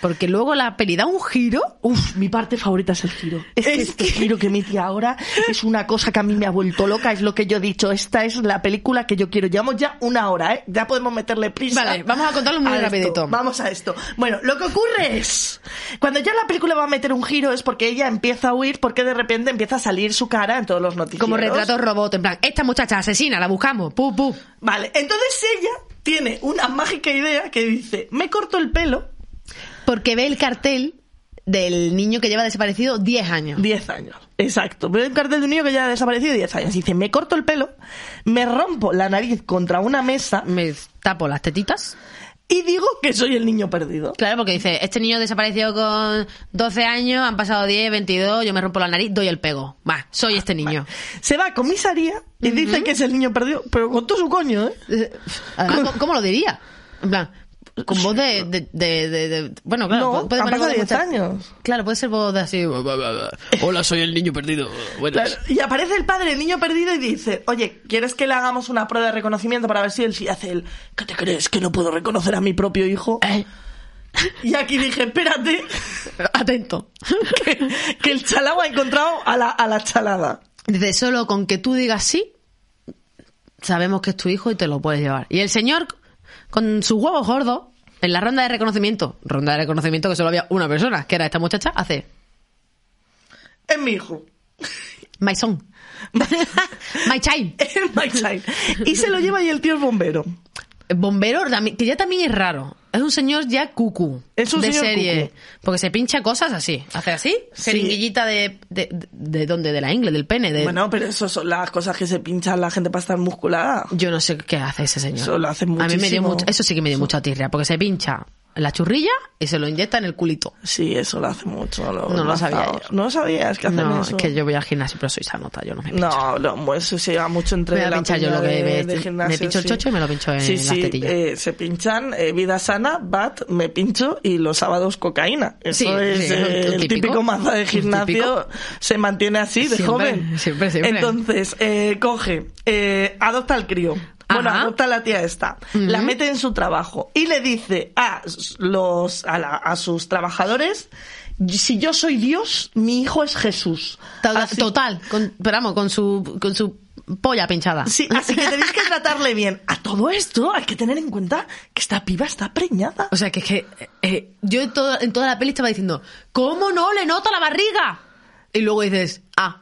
B: Porque luego la peli da un giro.
A: Uf, mi parte favorita es el giro. Es, que este giro que mete ahora es una cosa que a mí me ha vuelto loca, es lo que yo he dicho. Esta es la película que yo quiero. Llevamos ya una hora, ¿eh? Ya podemos meterle prisa.
B: Vale, vamos a contarlo muy
A: esto.
B: rapidito.
A: Vamos a esto. Bueno, lo que ocurre es, cuando ya la película va a meter un giro es porque ella empieza a huir, porque de repente empieza a salir su cara en todos los noticieros.
B: Como retrato robot, en plan, esta muchacha asesina, la buscamos, pu, pu.
A: Vale, entonces ella tiene una mágica idea que dice, me corto el pelo
B: Porque ve el cartel del niño que lleva desaparecido 10 años.
A: 10 años. Exacto. Veo un cartel de un niño que ya ha desaparecido 10 años. Y dice, me corto el pelo, me rompo la nariz contra una mesa
B: Me tapo las tetitas.
A: y digo que soy el niño perdido.
B: Claro, porque dice, este niño desapareció con 12 años, han pasado 10, 22, yo me rompo la nariz, doy el pego. Va, soy este niño.
A: Se va a comisaría y dice que es el niño perdido, pero con todo su coño, ¿eh?
B: Eh, Además, ¿cómo, cómo lo diría? En plan, con voz de... de- de- de- de- bueno, claro,
A: No, han
B: poner voz de
A: pasado
B: mucha-
A: 10 años.
B: Claro, puede ser voz de así...
G: Hola, soy el niño perdido. Buenas.
A: Claro. Y aparece el padre del niño perdido y dice, oye, ¿quieres que le hagamos una prueba de reconocimiento para ver si él sí hace el... ¿Qué te crees? ¿Que no puedo reconocer a mi propio hijo?
B: Eh.
A: Y aquí dije, espérate,
B: Atento.
A: que, que el chalao ha encontrado a la, a la chalada.
B: Dice, solo con que tú digas sí, sabemos que es tu hijo y te lo puedes llevar. Y el señor, con sus huevos gordos, en la ronda de reconocimiento, ronda de reconocimiento que solo había una persona, que era esta muchacha, hace...
A: Es mi hijo.
B: My son. My child.
A: Es my child. Y se lo lleva y el tío es bombero.
B: Bombero, también- que ya también es raro. Es un señor ya cucu.
A: Es un
B: de
A: señor
B: serie.
A: cucu.
B: Porque se pincha cosas así. Hace así.
A: Sí.
B: Jeringuillita de, de, de, de dónde? De la ingle, del pene. De,
A: Bueno, pero eso son las cosas que se pinchan la gente para estar musculada.
B: Yo no sé qué hace ese señor.
A: Eso lo hace
B: A mí me dio
A: muchísimo.
B: mucho, eso sí que me dio mucha tirria, porque se pincha la churrilla y se lo inyecta en el culito.
A: Sí, eso lo hace mucho. los
B: No lo sabía
A: lanzados.
B: yo.
A: No lo sabías que hacen
B: No,
A: eso.
B: es que yo voy al gimnasio, pero soy sanota, yo no me pincho.
A: No, no, eso se lleva mucho entre
B: Me voy a
A: la
B: pinchar yo
A: peña
B: lo que
A: de-
B: me-
A: de
B: me
A: gimnasio,
B: pincho el
A: sí.
B: chocho y me lo pincho en
A: sí,
B: las
A: sí,
B: tetillas.
A: eh, se pinchan eh, vida sana, bat, me pincho y los sábados cocaína. Eso
B: Sí,
A: es
B: sí,
A: eh, el, típico, maza de
B: el típico.
A: gimnasio. Se mantiene así de
B: Siempre,
A: joven.
B: siempre, siempre.
A: Entonces, eh, coge, eh, adopta al crío. Bueno,
B: Ajá.
A: adopta a la tía esta. La mete en su trabajo y le dice a, los, a, la- a sus trabajadores, si yo soy Dios, mi hijo es Jesús.
B: To-
A: Así-
B: Total, con, pero vamos, con su, con su polla pinchada.
A: Sí, así que tenéis que tratarle bien. A todo esto hay que tener en cuenta que esta piba está preñada.
B: O sea, que es que eh, yo en, todo- en toda la peli estaba diciendo, ¿cómo no le nota la barriga? Y luego dices, ah,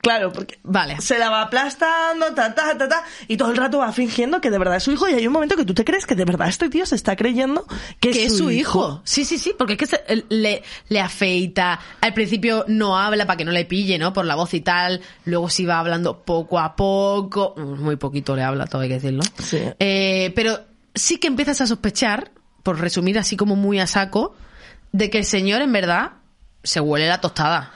A: Claro, porque
B: Vale.
A: se la va aplastando, ta, ta, ta, ta, y todo el rato va fingiendo que de verdad es su hijo. Y hay un momento que tú te crees que de verdad este tío se está creyendo que,
B: que es su hijo. Sí, sí, sí, porque es que se- el- le, le afeita, al principio no habla para que no le pille, ¿no? Por la voz y tal, luego sí va hablando poco a poco, mm, muy poquito le habla, todo hay que decirlo.
A: Sí.
B: Eh, pero sí que empiezas a sospechar, por resumir así como muy a saco, de que el señor en verdad se huele la tostada.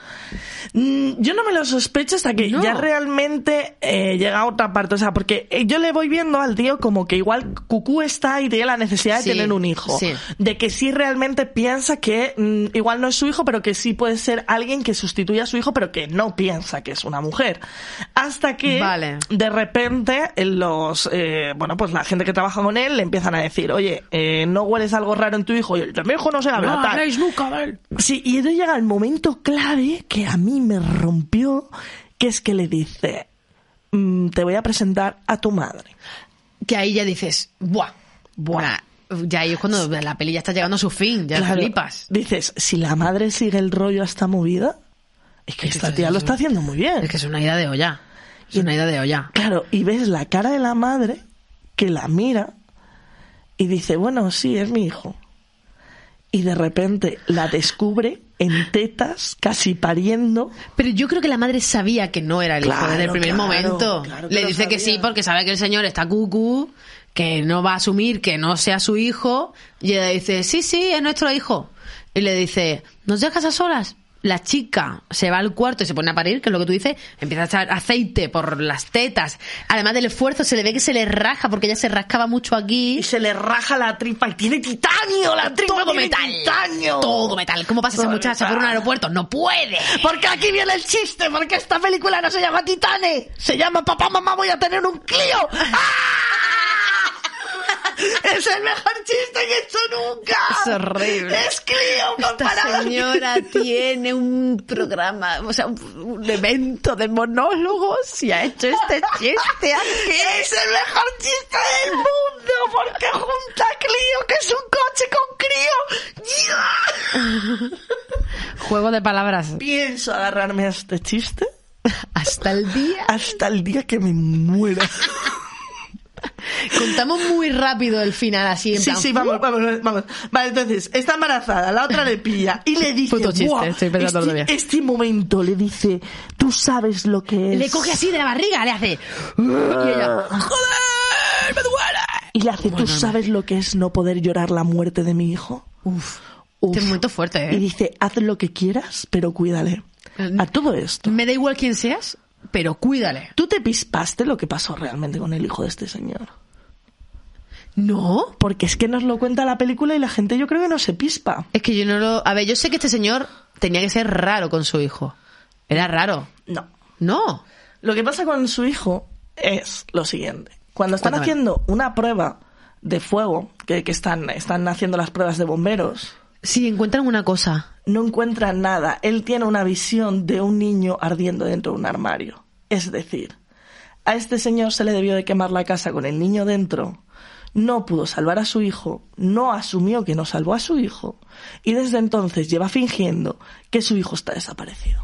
A: Mm, Yo no me lo sospecho hasta que
B: No.
A: ya realmente eh, llega a otra parte. O sea, porque eh, yo le voy viendo al tío como que igual Cucú está y tiene la necesidad de
B: Sí,
A: tener un hijo.
B: sí.
A: De que sí realmente piensa que mm, igual no es su hijo, pero que sí puede ser alguien que sustituya a su hijo, pero que no piensa que es una mujer. Hasta que
B: Vale.
A: de repente los eh, bueno pues la gente que trabaja con él le empiezan a decir oye eh, no hueles algo raro en tu hijo y él, "De mi hijo no se habla
G: No
A: tal".
G: habléis nunca de él.
A: Sí, y entonces llega el momento clave que a mí me rompió, que es que le dice, "Mm, te voy a presentar a tu madre.
B: Que ahí ya dices, ¡buah! ¡buah! Ya ahí es cuando la peli ya está llegando a su fin, ya
A: Claro,
B: flipas.
A: Dices, si la madre sigue el rollo a esta movida, es que
B: Es que
A: esta
B: esto
A: tía
B: es-
A: lo está haciendo muy bien.
B: Es que es una idea de olla. Es una idea de olla.
A: Claro, y ves la cara de la madre que la mira y dice, bueno, sí, es mi hijo. Y de repente la descubre en tetas, casi pariendo.
B: Pero yo creo que la madre sabía que no era el hijo
A: Claro,
B: desde el primer
A: claro,
B: momento.
A: claro que
B: Le
A: lo
B: dice que
A: sabía.
B: sí porque sabe que el señor está cucú, que no va a asumir que no sea su hijo. Y ella dice, sí, sí, es nuestro hijo. Y le dice, ¿nos dejas a solas? La chica se va al cuarto y se pone a parir, que es lo que tú dices, empieza a echar aceite por las tetas. Además del esfuerzo, se le ve que se le raja porque ella se rascaba mucho aquí.
A: Y se le raja la tripa y tiene titanio, la tripa
B: Todo
A: tiene
B: metal.
A: titanio.
B: Todo metal. ¿Cómo pasa esa
A: Todo
B: muchacha por un
A: metal.
B: aeropuerto? No puede.
A: Porque aquí viene el chiste, porque esta película no se llama Titane, se llama Papá, mamá, voy a tener un Clio. ¡Ah! Es el mejor chiste que he hecho nunca.
B: Es horrible.
A: Es Clio comparado.
B: Esta
A: al-
B: señora tiene un programa, o sea, un, un evento de monólogos y ha hecho este chiste.
A: Es el mejor chiste del mundo, porque junta a Clio, que es un coche con Clio. ¡Ya!
B: Juego de palabras.
A: Pienso agarrarme a este chiste
B: Hasta el día.
A: hasta el día que me muera.
B: Contamos muy rápido el final, así en
A: Sí,
B: plan,
A: sí, vamos, vamos, vamos. Vale, entonces, está embarazada, la otra le pilla y le dice...
B: Puto chiste,
A: "Buah,
B: estoy pensando
A: este,
B: todavía".
A: este momento le dice, tú sabes lo que es.
B: Le coge así de la barriga, le hace. Y ella, ¡Joder! ¡Me duele!
A: Y le hace, tú sabes lo que es no poder llorar la muerte de mi hijo.
B: Uf.
A: Uf.
B: Este es muy fuerte, ¿eh?
A: Y dice, haz lo que quieras, pero cuídale. A todo esto.
B: Me da igual quién seas, pero cuídale.
A: ¿Tú te pispaste lo que pasó realmente con el hijo de este señor?
B: No.
A: Porque es que nos lo cuenta la película y la gente yo creo que no se pispa.
B: Es que yo no lo. A ver, yo sé que este señor tenía que ser raro con su hijo. Era raro.
A: No.
B: No.
A: Lo que pasa con su hijo es lo siguiente. Cuando están
B: Cuéntame.
A: haciendo una prueba de fuego, que, que están, están haciendo las pruebas de bomberos,
B: Si encuentran una cosa.
A: no encuentran nada. Él tiene una visión de un niño ardiendo dentro de un armario. Es decir, a este señor se le debió de quemar la casa con el niño dentro. No pudo salvar a su hijo, no asumió que no salvó a su hijo y desde entonces lleva fingiendo que su hijo está desaparecido.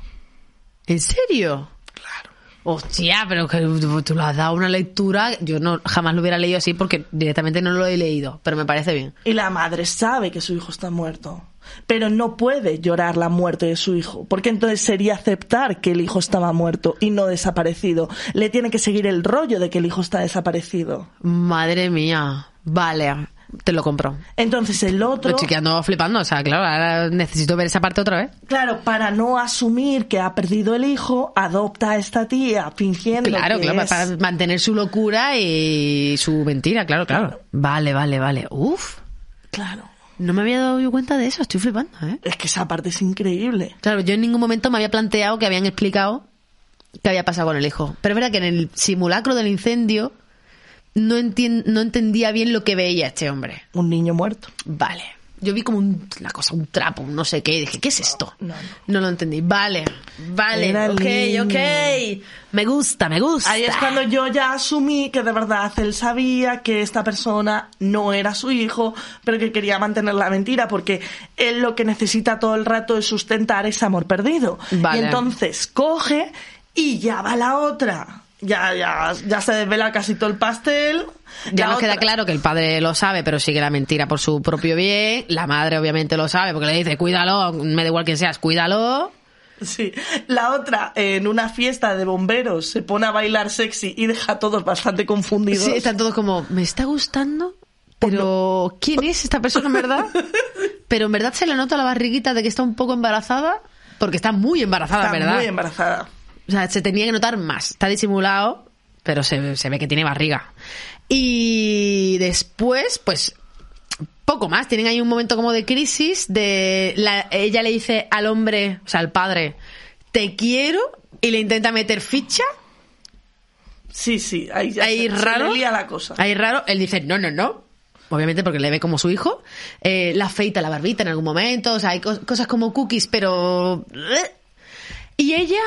B: ¿En serio?
A: Claro.
B: Hostia, pero que tú lo has dado una lectura. Yo no jamás lo hubiera leído así porque directamente no lo he leído, pero me parece bien.
A: Y la madre sabe que su hijo está muerto, pero no puede llorar la muerte de su hijo, porque entonces sería aceptar que el hijo estaba muerto y no desaparecido. Le tiene que seguir el rollo de que el hijo está desaparecido.
B: Madre mía. Vale, te lo compro.
A: Entonces el
B: Lo
A: otro,
B: Pues estoy quedando flipando, o sea, claro, ahora necesito ver esa parte otra vez.
A: claro, para no asumir que ha perdido el hijo, adopta a esta tía fingiendo
B: Claro,
A: que
B: claro,
A: es-
B: para mantener su locura y su mentira, claro, claro. Vale, vale, vale. Uf,
A: Claro.
B: no me había dado yo cuenta de eso, estoy flipando, ¿eh?
A: Es que esa parte es increíble.
B: Claro, yo en ningún momento me había planteado que habían explicado qué había pasado con el hijo. Pero es verdad que en el simulacro del incendio no, entien- no entendía bien lo que veía este hombre.
A: Un niño muerto.
B: Vale. Yo vi como un- una cosa, un trapo, un no sé qué, y dije, ¿qué es esto?
A: No, no.
B: lo entendí. Vale, vale,
A: Era el
B: ok,
A: niño.
B: ok. Me gusta, me gusta.
A: Ahí es cuando yo ya asumí que de verdad él sabía que esta persona no era su hijo, pero que quería mantener la mentira, porque él lo que necesita todo el rato es sustentar ese amor perdido.
B: Vale.
A: Y entonces coge y ya va la otra. Ya, ya, ya se desvela casi todo el pastel.
B: Ya
A: La
B: nos queda
A: otra-
B: claro que el padre lo sabe, pero sigue la mentira por su propio bien. La madre obviamente lo sabe porque le dice, cuídalo, me da igual quién seas, cuídalo.
A: Sí. La otra, en una fiesta de bomberos, se pone a bailar sexy y deja a todos bastante confundidos.
B: Sí, están todos como, me está gustando, pero ¿quién es esta persona en verdad? Pero en verdad se le nota la barriguita de que está un poco embarazada porque está muy embarazada,
A: Está
B: ¿verdad?
A: muy embarazada.
B: O sea, se tenía que notar más. Está disimulado, pero se, se ve que tiene barriga. Y después, pues, poco más. Tienen ahí un momento como de crisis. De la- ella le dice al hombre, o sea, al padre, te quiero, y le intenta meter ficha.
A: Sí, sí, ahí, ya
B: Ahí
A: se- se
B: raro.
A: le lía la cosa.
B: Ahí raro. Él dice, no, no, no. Obviamente porque le ve como su hijo. Eh, la feita, la barbita en algún momento. O sea, hay cos- cosas como cookies, pero... eh. Y ella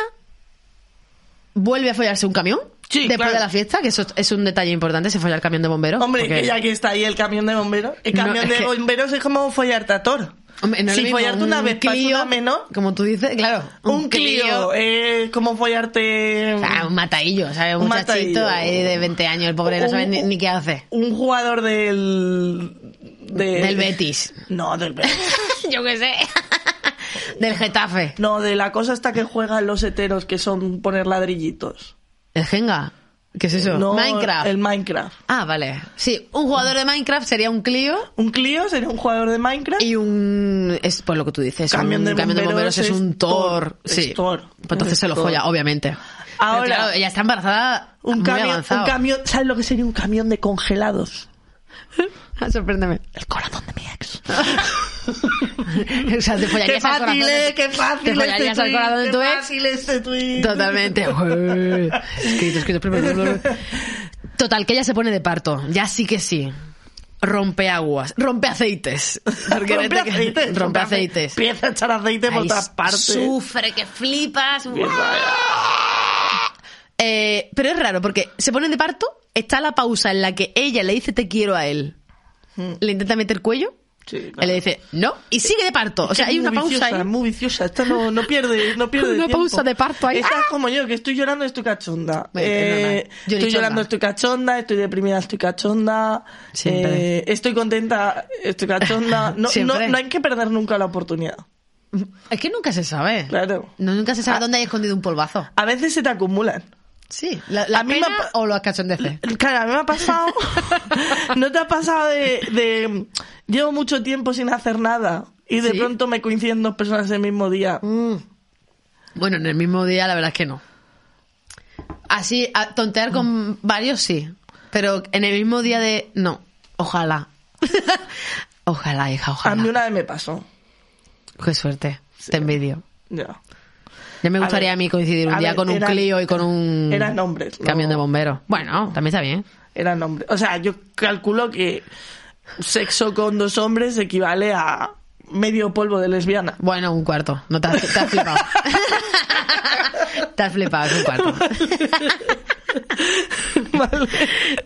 B: vuelve a follarse un camión.
A: Sí,
B: después
A: claro.
B: de la fiesta, que eso es un detalle importante, se folla el camión de bomberos.
A: Hombre,
B: porque-
A: que ya que está ahí el camión de bomberos. El
B: No,
A: camión
B: es
A: de
B: que-
A: bomberos es como follarte a toro.
B: Hombre, no es lo
A: si
B: mismo
A: follarte
B: un
A: una vez pasa
B: Clio,
A: una menos,
B: Como tú dices, claro.
A: un, eh, Clio, es como follarte...
B: O sea, un mataillo, ¿sabes? Un,
A: Un Uh.
B: muchachito
A: mataillo.
B: ahí de 20 años, el pobre no sabe
A: Un-
B: ni, ni qué hace.
A: un jugador del... de-
B: Del Betis.
A: No, del Betis.
B: Yo qué sé. Del Getafe.
A: No, de la cosa hasta que juegan los heteros, que son poner ladrillitos.
B: ¿El Jenga? ¿Qué es eso?
A: No,
B: Minecraft.
A: El Minecraft.
B: Ah, vale. Sí, un jugador de Minecraft sería un Clio
A: Un Clio sería un jugador de Minecraft.
B: y un... Es por lo que tú dices.
A: Camión
B: un
A: de
B: camión
A: bomberos
B: es,
A: es
B: un Thor.
A: Thor,
B: Sí.
A: es Thor.
B: Pues entonces
A: Es
B: se lo
A: Thor.
B: folla, obviamente.
A: Ahora-
B: Pero claro, ella está embarazada
A: un
B: muy
A: camión,
B: avanzado.
A: un camión, ¿sabes lo que sería un camión de congelados?
B: Ah, Sorpréndeme.
A: El corazón de mi ex.
B: o sea, te
A: Qué
B: follarías al
A: fácil,
B: corazón de-
A: eh, qué
B: Te
A: fácil este
B: follarías al corazón de
A: tweet,
B: tu
A: qué
B: ex.
A: fácil este tweet.
B: Totalmente. escrito, escrito, primero. Total, que ella se pone de parto. Ya sí que sí. Rompe aguas, rompe aceites. Porque
A: rompe
B: vete que-
A: aceites.
B: Rompe aceites.
A: Empieza a echar aceite por
B: Ahí
A: todas partes.
B: Sufre, que flipas.
A: Empieza-
B: Eh, pero es raro, porque se ponen de parto, está la pausa en la que ella le dice te quiero a él.
A: Hmm.
B: Le intenta meter cuello,
A: Sí, claro.
B: él le dice no, y sigue de parto. O sea,
A: Es
B: hay
A: muy
B: una pausa
A: viciosa,
B: ahí.
A: Es muy viciosa. Esta no, no pierde, no pierde
B: Una
A: tiempo.
B: pausa de parto ahí.
A: Esta
B: ¡Ah!
A: es como yo, que estoy llorando estoy cachonda.
B: Bueno, es
A: Eh,
B: normal.
A: estoy
B: Llorichonda.
A: llorando estoy cachonda, estoy deprimida estoy cachonda.
B: Siempre.
A: eh, estoy contenta estoy cachonda. No,
B: Siempre.
A: no- no hay que perder nunca la oportunidad.
B: Es que nunca se sabe.
A: Claro.
B: No, nunca se sabe
A: Ah.
B: dónde hay escondido un polvazo.
A: A veces se te acumulan.
B: Sí, la, la
A: A mí me
B: pena
A: ha pa-
B: o los cachondeces.
A: Claro, a mí me ha pasado. ¿No te ha pasado de, de- Llevo mucho tiempo sin hacer nada y de
B: Sí.
A: pronto me coinciden dos personas el mismo día?
B: Bueno, en el mismo día la verdad es que no. Así, a- tontear con varios sí, pero en el mismo día de... No, ojalá. ojalá, hija,
A: A
B: ojalá.
A: mí una vez me pasó.
B: Qué suerte, te envidio.
A: Ya.
B: Ya me
A: A
B: gustaría a,
A: ver,
B: mí coincidir un
A: a
B: día
A: ver,
B: con un
A: eran-
B: Clio y con un
A: eran hombres, no-
B: camión de bomberos. Bueno, también está bien.
A: eran hombres. O sea, yo calculo que sexo con dos hombres equivale a medio polvo de lesbiana.
B: Bueno, un cuarto. No te has, te has flipado. te has flipado, es un cuarto.
A: Vale.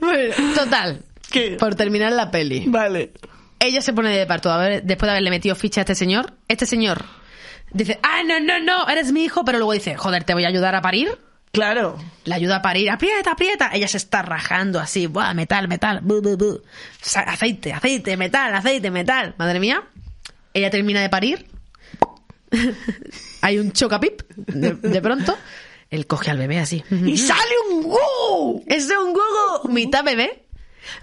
B: Bueno, total.
A: ¿Qué?
B: Por terminar la peli.
A: Vale.
B: Ella se pone de parto a ver, después de haberle metido ficha a este señor. Este señor dice, ah, no, no, no, eres mi hijo, pero luego dice, joder, te voy a ayudar a parir.
A: Claro.
B: La ayuda a parir, aprieta, aprieta. Ella se está rajando así, Buah, metal, metal, bu, bu, bu. Sa- aceite, aceite, metal, aceite, metal. Madre mía. Ella termina de parir. Hay un chocapip, de, de pronto. Él coge al bebé así.
A: Y sale un wow.
B: Es un gogo mitad bebé,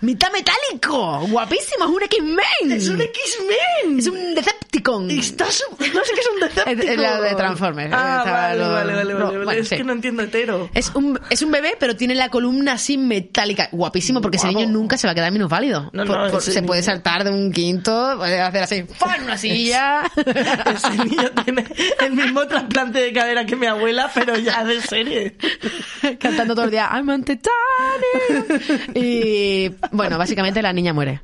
B: mitad metálico. Guapísimo, es un X-Men.
A: Es un X-Men.
B: Es un Decepticon.
A: Y Está su- No sé qué es un Decepticon.
B: Mm. Es- es la de Transformers.
A: Ah,
B: Estaba
A: vale,
B: lo-
A: vale, vale,
B: no,
A: vale, vale.
B: bueno,
A: es
B: sí.
A: que no entiendo hetero.
B: Es un, es un bebé, pero tiene la columna así metálica. Guapísimo, porque ese
A: Guapo.
B: niño nunca se va a quedar minusválido.
A: No,
B: Por-
A: no,
B: por-
A: ese
B: se puede
A: niño-
B: saltar de un quinto, puede hacer así, ¡fan! Una silla.
A: Ese niño tiene el mismo trasplante de cadera que mi abuela, pero ya de serie.
B: Cantando todo el día, I'm on Titanic. Y bueno, básicamente la niña muere.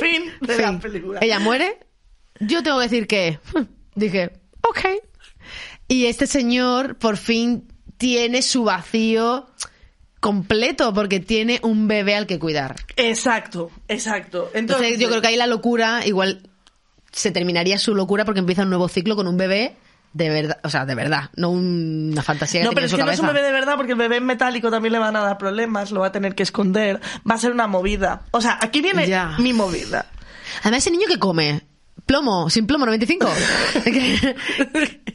A: Fin de
B: Fin.
A: la película.
B: Ella muere. Yo tengo que decir que hmm, dije, ok. Y este señor por fin tiene su vacío completo porque tiene un bebé al que cuidar.
A: Exacto, exacto.
B: Entonces,
A: Entonces,
B: yo creo que ahí la locura, igual se terminaría su locura porque empieza un nuevo ciclo con un bebé de verdad, o sea, de verdad, no un- una fantasía que
A: No,
B: tenía
A: pero
B: en
A: es
B: su
A: que no es un
B: cabeza.
A: bebé de verdad porque el bebé en metálico también le van a dar problemas, lo va a tener que esconder, va a ser una movida. O sea, aquí viene
B: Ya.
A: mi movida.
B: Además, ese niño que come plomo, sin plomo 95.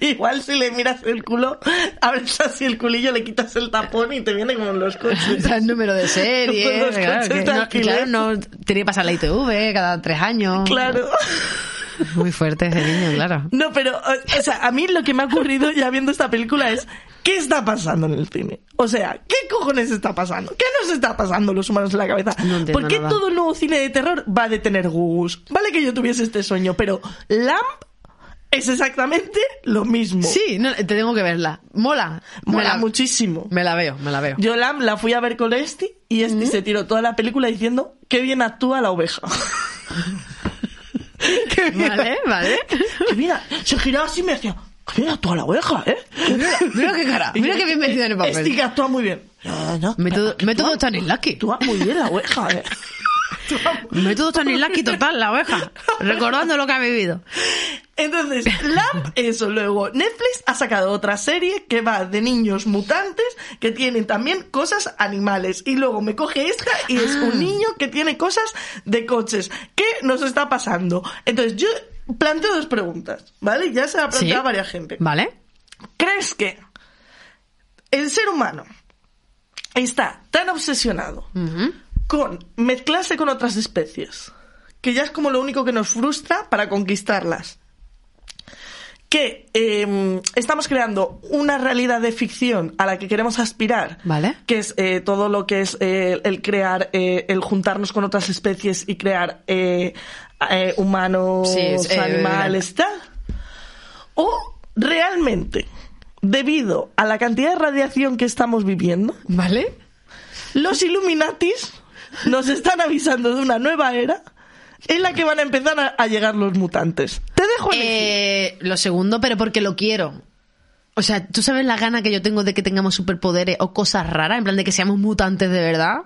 A: Igual si le miras el culo, abres así el culillo, le quitas el tapón y te viene como en los
B: O
A: coches.
B: sea, el número de serie.
A: Los
B: claro,
A: coches
B: que
A: de
B: no, y
A: alquiler.
B: claro, no tiene que pasar la ITV cada tres años.
A: Claro.
B: Muy fuerte ese niño, claro.
A: No, pero, o, o sea, a mí lo que me ha ocurrido ya viendo esta película es, ¿qué está pasando en el cine? O sea, ¿qué cojones está pasando? ¿Qué nos está pasando los humanos en la cabeza?
B: No entiendo
A: ¿Por qué
B: nada.
A: todo el nuevo cine de terror va a detener Gugus? Vale que yo tuviese este sueño, pero Lamp es exactamente lo mismo.
B: Sí, no, te tengo que verla. Mola.
A: Mola
B: Me la-
A: muchísimo.
B: Me la veo, me la veo.
A: Yo Lamb la fui a ver con Esti y Esti se tiró toda la película diciendo qué bien actúa la oveja. Qué bien-
B: Vale, vale.
A: que mira, se giraba así y me decía, qué bien actúa la oveja, ¿eh?
B: Mira, mira qué cara, mira qué bien metida en el papel.
A: Esti que actúa muy bien. No, no,
B: Método, método
A: actúa,
B: Tony Lucky.
A: actúa muy bien la oveja, ¿eh?
B: Método Tony Lucky total, la oveja. Recordando lo que ha vivido.
A: Entonces, Lamp, eso. Luego, Netflix ha sacado otra serie que va de niños mutantes que tienen también cosas animales. Y luego me coge esta y es un niño que tiene cosas de coches. ¿Qué nos está pasando? Entonces, yo planteo dos preguntas, ¿vale? Ya se la plantea a varias gente.
B: Vale.
A: ¿Crees que el ser humano está tan obsesionado con mezclarse con otras especies, que ya es como lo único que nos frustra para conquistarlas. Que eh, estamos creando una realidad de ficción a la que queremos aspirar,
B: Vale.
A: que es eh, todo lo que es eh, el crear, eh, el juntarnos con otras especies y crear eh, eh, humanos,
B: Sí, es, eh,
A: animales, tal. O realmente, debido a la cantidad de radiación que estamos viviendo,
B: Vale.
A: los Illuminatis nos están avisando de una nueva era en la que van a empezar a, a llegar los mutantes. Te dejo elegir.
B: Eh, lo segundo, pero porque lo quiero. O sea, ¿tú sabes la gana que yo tengo de que tengamos superpoderes o cosas raras? En plan de que seamos mutantes de verdad.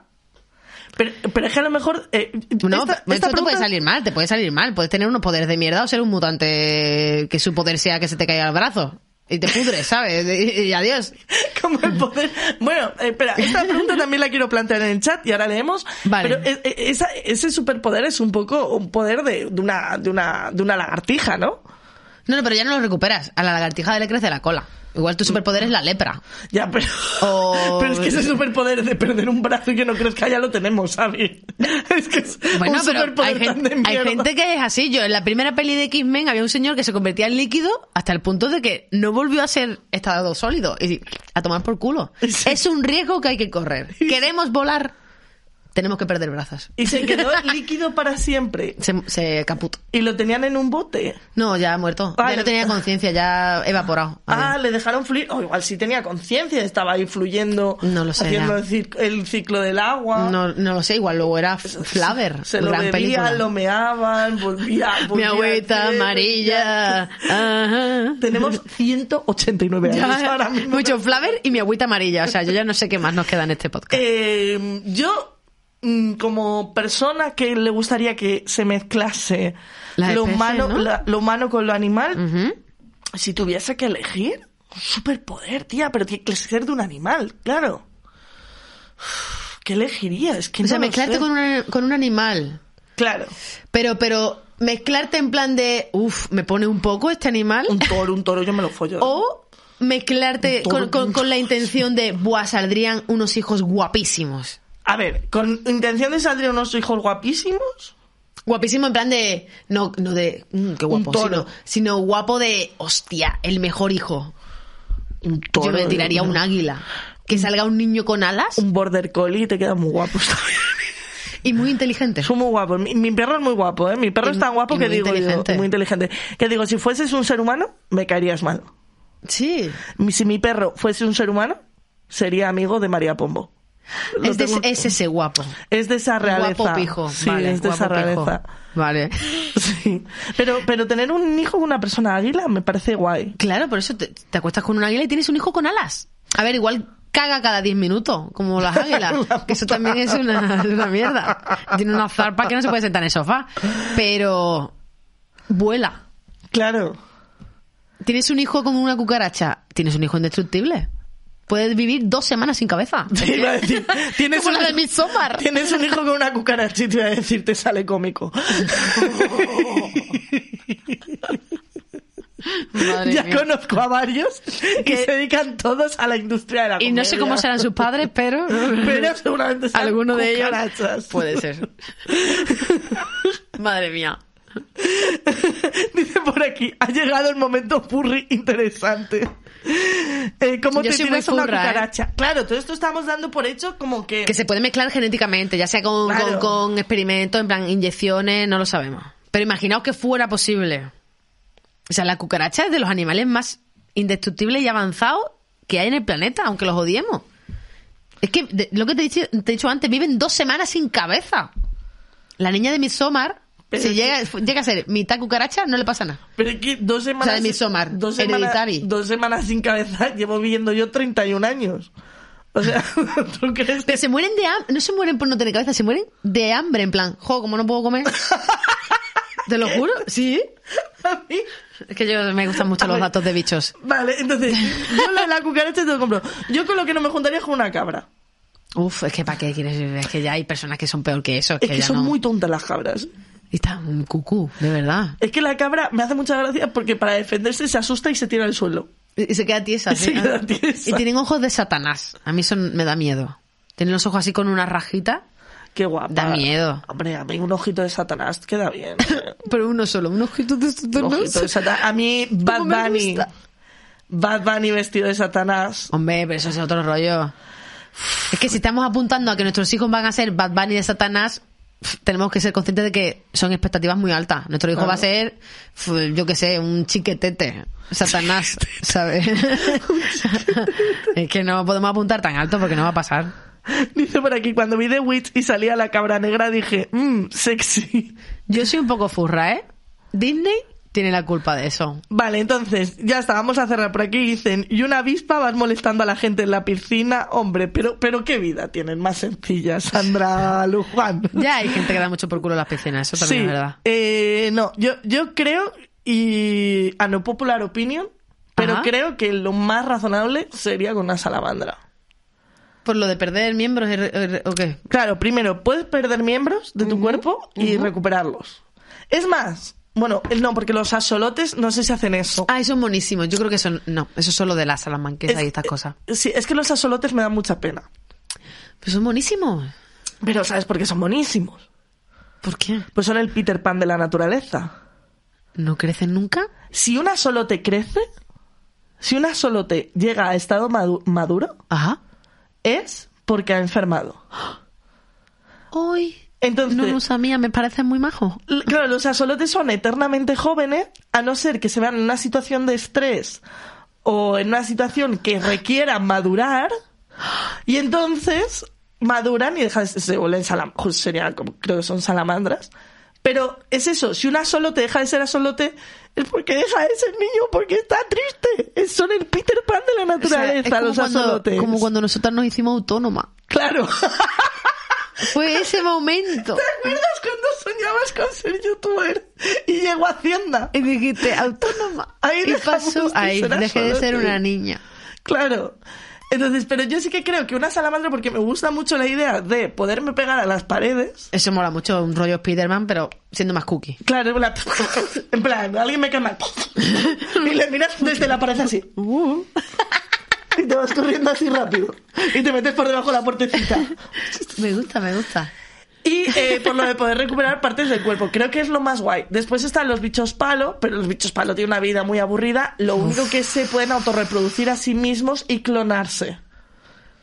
A: pero, pero es que a lo mejor... eh,
B: No, pero
A: esta- esta
B: esto te puede
A: pregunta-
B: salir mal, te puede salir mal. Puedes tener unos poderes de mierda o ser un mutante que su poder sea que se te caiga el brazo. Y te pudres, ¿sabes? Y, y adiós.
A: Como el poder. Bueno, eh, espera, esta pregunta también la quiero plantear en el chat y ahora leemos.
B: Vale.
A: Pero eh, eh, esa- ese superpoder es un poco un poder de, de una, de, una, de una lagartija, ¿no?
B: No, no, pero ya no lo recuperas. A la lagartija le crece la cola. Igual tu superpoder es la lepra.
A: Ya, pero.
B: O-
A: Pero es que ese superpoder de perder un brazo y que no crezca ya lo tenemos, ¿sabes? Es que es
B: Bueno, pero
A: un
B: hay
A: superpoder tan
B: gente,
A: de mierda.
B: hay gente que es así. Yo en la primera peli de X-Men había un señor que se convertía en líquido hasta el punto de que no volvió a ser estado sólido. Y a tomar por culo.
A: Sí.
B: Es un riesgo que hay que correr. Queremos volar. Tenemos que perder brazos.
A: Y se quedó líquido para siempre.
B: Se, se caput.
A: Y lo tenían en un bote.
B: No, ya ha muerto.
A: Vale.
B: Ya no tenía conciencia, ya evaporado.
A: Ah,
B: Adiós.
A: le dejaron fluir. O igual sí tenía conciencia, estaba ahí fluyendo.
B: No lo sé,
A: Haciendo
B: ya.
A: el cic- el ciclo del agua.
B: no, no lo sé, igual luego era Flaver.
A: Se lo
B: gran
A: bebían,
B: película.
A: lo meaban, volvía.
B: Mi
A: volvía
B: agüita
A: hacer-
B: amarilla. Ajá.
A: Tenemos 189 años
B: Ya,
A: ahora mismo.
B: mucho Flaver y mi agüita amarilla. O sea, yo ya no sé qué más nos queda en este podcast.
A: Eh, yo, mm, como persona que le gustaría que se mezclase
B: Las
A: lo,
B: especies,
A: humano,
B: ¿no?
A: la- lo humano con lo animal,
B: Ujú.
A: si tuviese que elegir, un superpoder, tía, pero tiene que ser de un animal, claro. Uf, ¿Qué elegiría? Es que
B: O sea,
A: no lo
B: mezclarte
A: sé.
B: con un, con un animal.
A: Claro,
B: Pero, pero, mezclarte en plan de, uff, me pone un poco este animal.
A: un toro, un toro, yo me lo follo.
B: O mezclarte con,
A: Todo
B: con- con la intención de, buah, saldrían unos hijos guapísimos.
A: A ver, con intención de salir unos hijos guapísimos.
B: Guapísimo en plan de, no, no de, mm, qué guapo,
A: toro.
B: sino, sino guapo de, hostia, el mejor hijo.
A: Un toro.
B: Yo me tiraría
A: yo
B: un
A: creo.
B: águila. Que salga un niño con alas
A: Un border collie te queda muy guapo.
B: y muy inteligente.
A: Son muy guapos. Mi, mi perro es muy guapo, ¿eh? Mi perro
B: Y-
A: es tan guapo
B: y
A: que
B: muy
A: digo, yo-
B: inteligente.
A: muy inteligente. Que digo, si fueses un ser humano, me caerías mal.
B: Sí.
A: Mi- Si mi perro fuese un ser humano, sería amigo de María Pombo. Lo
B: Es, de-
A: tengo-
B: es ese guapo.
A: es de esa realeza.
B: Guapo pijo.
A: Sí,
B: vale,
A: es de
B: guapo
A: esa
B: pijo.
A: realeza.
B: Vale.
A: Sí. Pero, pero tener un hijo con una persona águila me parece guay.
B: Claro, por eso te, te acuestas con un águila y tienes un hijo con alas. A ver, igual caga cada 10 minutos, como las águilas.
A: La
B: que eso
A: puta.
B: también es una, es una mierda. Tiene una zarpa que no se puede sentar en el sofá. Pero vuela.
A: Claro.
B: Tienes un hijo como una cucaracha. Tienes un hijo indestructible. Puedes vivir dos semanas sin cabeza.
A: Te iba a decir, tienes
B: Como
A: un,
B: la de Midsommar.
A: tienes un hijo con una cucaracha y te iba a decir, te sale cómico.
B: Madre
A: ya
B: mía.
A: conozco a varios que se dedican todos a la industria de la
B: Y no sé
A: comedia.
B: cómo serán sus padres, pero...
A: Pero seguramente sean
B: Alguno de ellos
A: cucarachas.
B: puede ser. Madre mía.
A: Dice por aquí, ha llegado el momento purri interesante. Eh, ¿Cómo
B: Yo
A: te
B: soy muy
A: tiras una
B: furra, ¿eh?
A: cucaracha? Claro, todo esto estamos dando por hecho como que...
B: Que se puede mezclar genéticamente, ya sea con, con,
A: Claro.
B: con experimentos, en plan inyecciones, no lo sabemos. Pero imaginaos que fuera posible. O sea, la cucaracha es de los animales más indestructibles y avanzados que hay en el planeta, aunque los odiemos. Es que de- lo que te he, dicho, te he dicho antes, viven dos semanas sin cabeza. La niña de Midsommar,
A: Pero
B: si
A: es
B: llega, llega a ser mitad cucaracha, no le pasa nada.
A: Pero es que dos semanas...
B: de Midsommar,
A: dos semanas,
B: Hereditary.
A: dos semanas sin cabeza llevo viviendo yo 31 años. O sea, ¿tú crees que
B: Pero se mueren de hambre, no se mueren por no tener cabeza, se mueren de hambre, en plan, jo, como no puedo comer. Te lo juro, sí.
A: a mí?
B: Es que yo me gustan mucho
A: A
B: los
A: ver.
B: datos de bichos.
A: Vale, entonces, yo lo de la cucaracha te lo compro. Yo con lo que no me juntaría es con una cabra.
B: Uf, es que para qué quieres, es que ya hay personas que son peor que eso. Es,
A: Es que
B: ya
A: son
B: no.
A: muy tontas las cabras.
B: Y está un cucú, de verdad.
A: Es que la cabra me hace mucha gracia porque para defenderse se asusta y se tira al suelo.
B: Y y se queda tiesa.
A: Y se
B: ¿sí?
A: queda tiesa.
B: Y tienen ojos de Satanás. A mí eso me da miedo. Tienen los ojos así con una rajita,
A: Qué guapa.
B: Da miedo.
A: Hombre, a mí un ojito de Satanás queda bien.
B: pero uno solo, un ojito de
A: Un
B: Satanás.
A: ojito de Satanás. A mí, Bad
B: Pues me
A: Bunny.
B: gusta.
A: Bad Bunny vestido de Satanás.
B: Hombre, pero eso es otro rollo. Es que si estamos apuntando a que nuestros hijos van a ser Bad Bunny de Satanás, pf, tenemos que ser conscientes de que son expectativas muy altas. Nuestro hijo va a ser, pf, yo qué sé, un chiquetete. Satanás, ¿sabes? es que no podemos apuntar tan alto porque no va a pasar.
A: Dice por aquí, cuando vi The Witch y salía la cabra negra dije, mmm, sexy.
B: Yo soy un poco furra, ¿eh? Disney tiene la culpa de eso.
A: Vale, entonces, ya está, vamos a cerrar por aquí. Dicen, y una avispa vas molestando a la gente en la piscina. Hombre, pero, pero qué vida tienen más sencilla, Sandra Luján.
B: Ya hay gente que da mucho por culo en las piscinas, eso también es verdad.
A: eh, no, yo, yo creo, y a no popular opinion, pero
B: Ajá.
A: creo que lo más razonable sería con una salamandra.
B: Por lo de perder miembros, er- er- ¿o qué?
A: Claro, primero, puedes perder miembros de tu cuerpo y recuperarlos. Es más, bueno, no, porque los axolotes no sé si hacen eso.
B: Ah, eso es buenísimo. Yo creo que eso no, eso es solo de las salamanquesas
A: Es-
B: y estas cosas.
A: Sí, es que los axolotes me dan mucha pena.
B: Pero son buenísimos.
A: Pero ¿sabes por qué son buenísimos?
B: ¿Por qué?
A: Pues son el Peter Pan de la naturaleza.
B: ¿No crecen nunca?
A: Si un axolote crece, si un axolote llega a estado madu- maduro,
B: Ajá.
A: es porque ha enfermado.
B: Hoy.
A: Entonces-
B: No, no sabía, me parecen muy majos.
A: L- Claro, los axolotes son eternamente jóvenes, a no ser que se vean en una situación de estrés o en una situación que requiera madurar, y entonces maduran y dejan, se vuelven salamandras, creo que son salamandras. Pero es eso, si un axolote deja de ser axolote, es porque deja de ser niño, porque está triste. Es- Son el Peter Pan de la
B: O sea,
A: naturaleza,
B: es como
A: los
B: cuando,
A: axolotes.
B: como cuando nosotras nos hicimos autónomas.
A: Claro.
B: Fue ese momento.
A: ¿Te acuerdas cuando soñabas con ser youtuber y llegó a Hacienda?
B: Y dijiste, autónoma.
A: Ahí
B: y
A: dejamos
B: pasó,
A: de
B: ahí
A: ser
B: dejé de ser
A: axolote.
B: una niña.
A: Claro. Entonces, pero yo sí que creo que una salamandra, porque me gusta mucho la idea de poderme pegar a las paredes.
B: Eso mola mucho, un rollo Spiderman, pero siendo más cookie.
A: Claro, en plan, en plan, alguien me cae mal. Y le miras desde la pared así. Y te vas corriendo así rápido. Y te metes por debajo de la puertecita.
B: Me gusta, me gusta.
A: Y eh, por lo de poder recuperar partes del cuerpo. Creo que es lo más guay. Después están los bichos palo, pero los bichos palo tienen una vida muy aburrida. Lo único que se pueden autorreproducir a sí mismos y clonarse.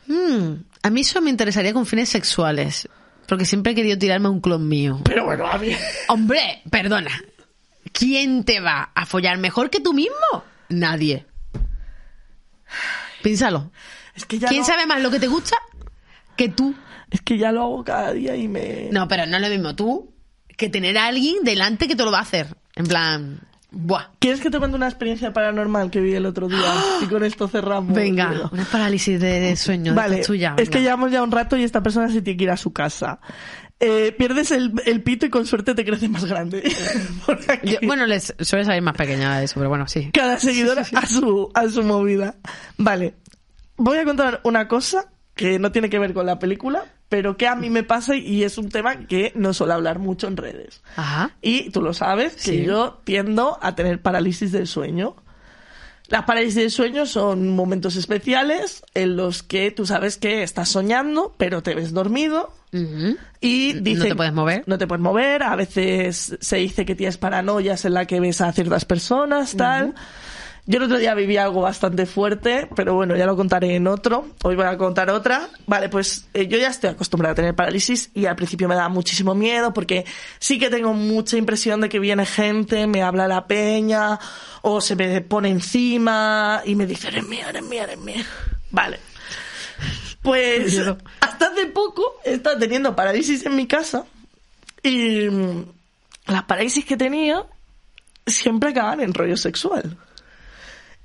B: Mm, a mí eso me interesaría con fines sexuales. Porque siempre he querido tirarme a un clon mío.
A: Pero bueno, a mí...
B: Hombre, perdona. ¿Quién te va a follar mejor que tú mismo? Nadie. Piénsalo.
A: Es que ya
B: ¿Quién
A: no-
B: sabe más lo que te gusta que tú?
A: Es que ya lo hago cada día y me...
B: No, pero no es lo mismo tú que tener a alguien delante que te lo va a hacer. En plan, buah.
A: ¿Quieres que te cuente una experiencia paranormal que vi el otro día? Y con esto cerramos.
B: ¡Ah! Venga,
A: Creo.
B: una parálisis de, de sueño.
A: Vale,
B: de tuya,
A: es
B: venga.
A: que llevamos ya un rato y esta persona se tiene que ir a su casa. Eh, pierdes el, el pito y con suerte te crece más grande. Por aquí.
B: Yo- bueno, les suele salir más pequeña de eso, pero bueno, sí.
A: Cada seguidor a su, a su movida. Vale, voy a contar una cosa que no tiene que ver con la película, pero que a mí me pasa y es un tema que no suelo hablar mucho en redes.
B: Ajá.
A: Y tú lo sabes, que
B: Sí.
A: yo tiendo a tener parálisis del sueño. Las parálisis del sueño son momentos especiales en los que tú sabes que estás soñando, pero te ves dormido
B: Ujú.
A: Y dice,
B: No te puedes mover.
A: No te puedes mover. A veces se dice que tienes paranoias en la que ves a ciertas personas, tal. Yo el otro día viví algo bastante fuerte, pero bueno, ya lo contaré en otro. Hoy voy a contar otra. Vale, pues eh, yo ya estoy acostumbrada a tener parálisis y al principio me da muchísimo miedo porque sí que tengo mucha impresión de que viene gente, me habla la peña o se me pone encima y me dice, eres mía, eres mía, eres mía. Vale. Pues hasta hace poco he estado teniendo parálisis en mi casa y mm, las parálisis que tenía siempre acaban en rollo sexual.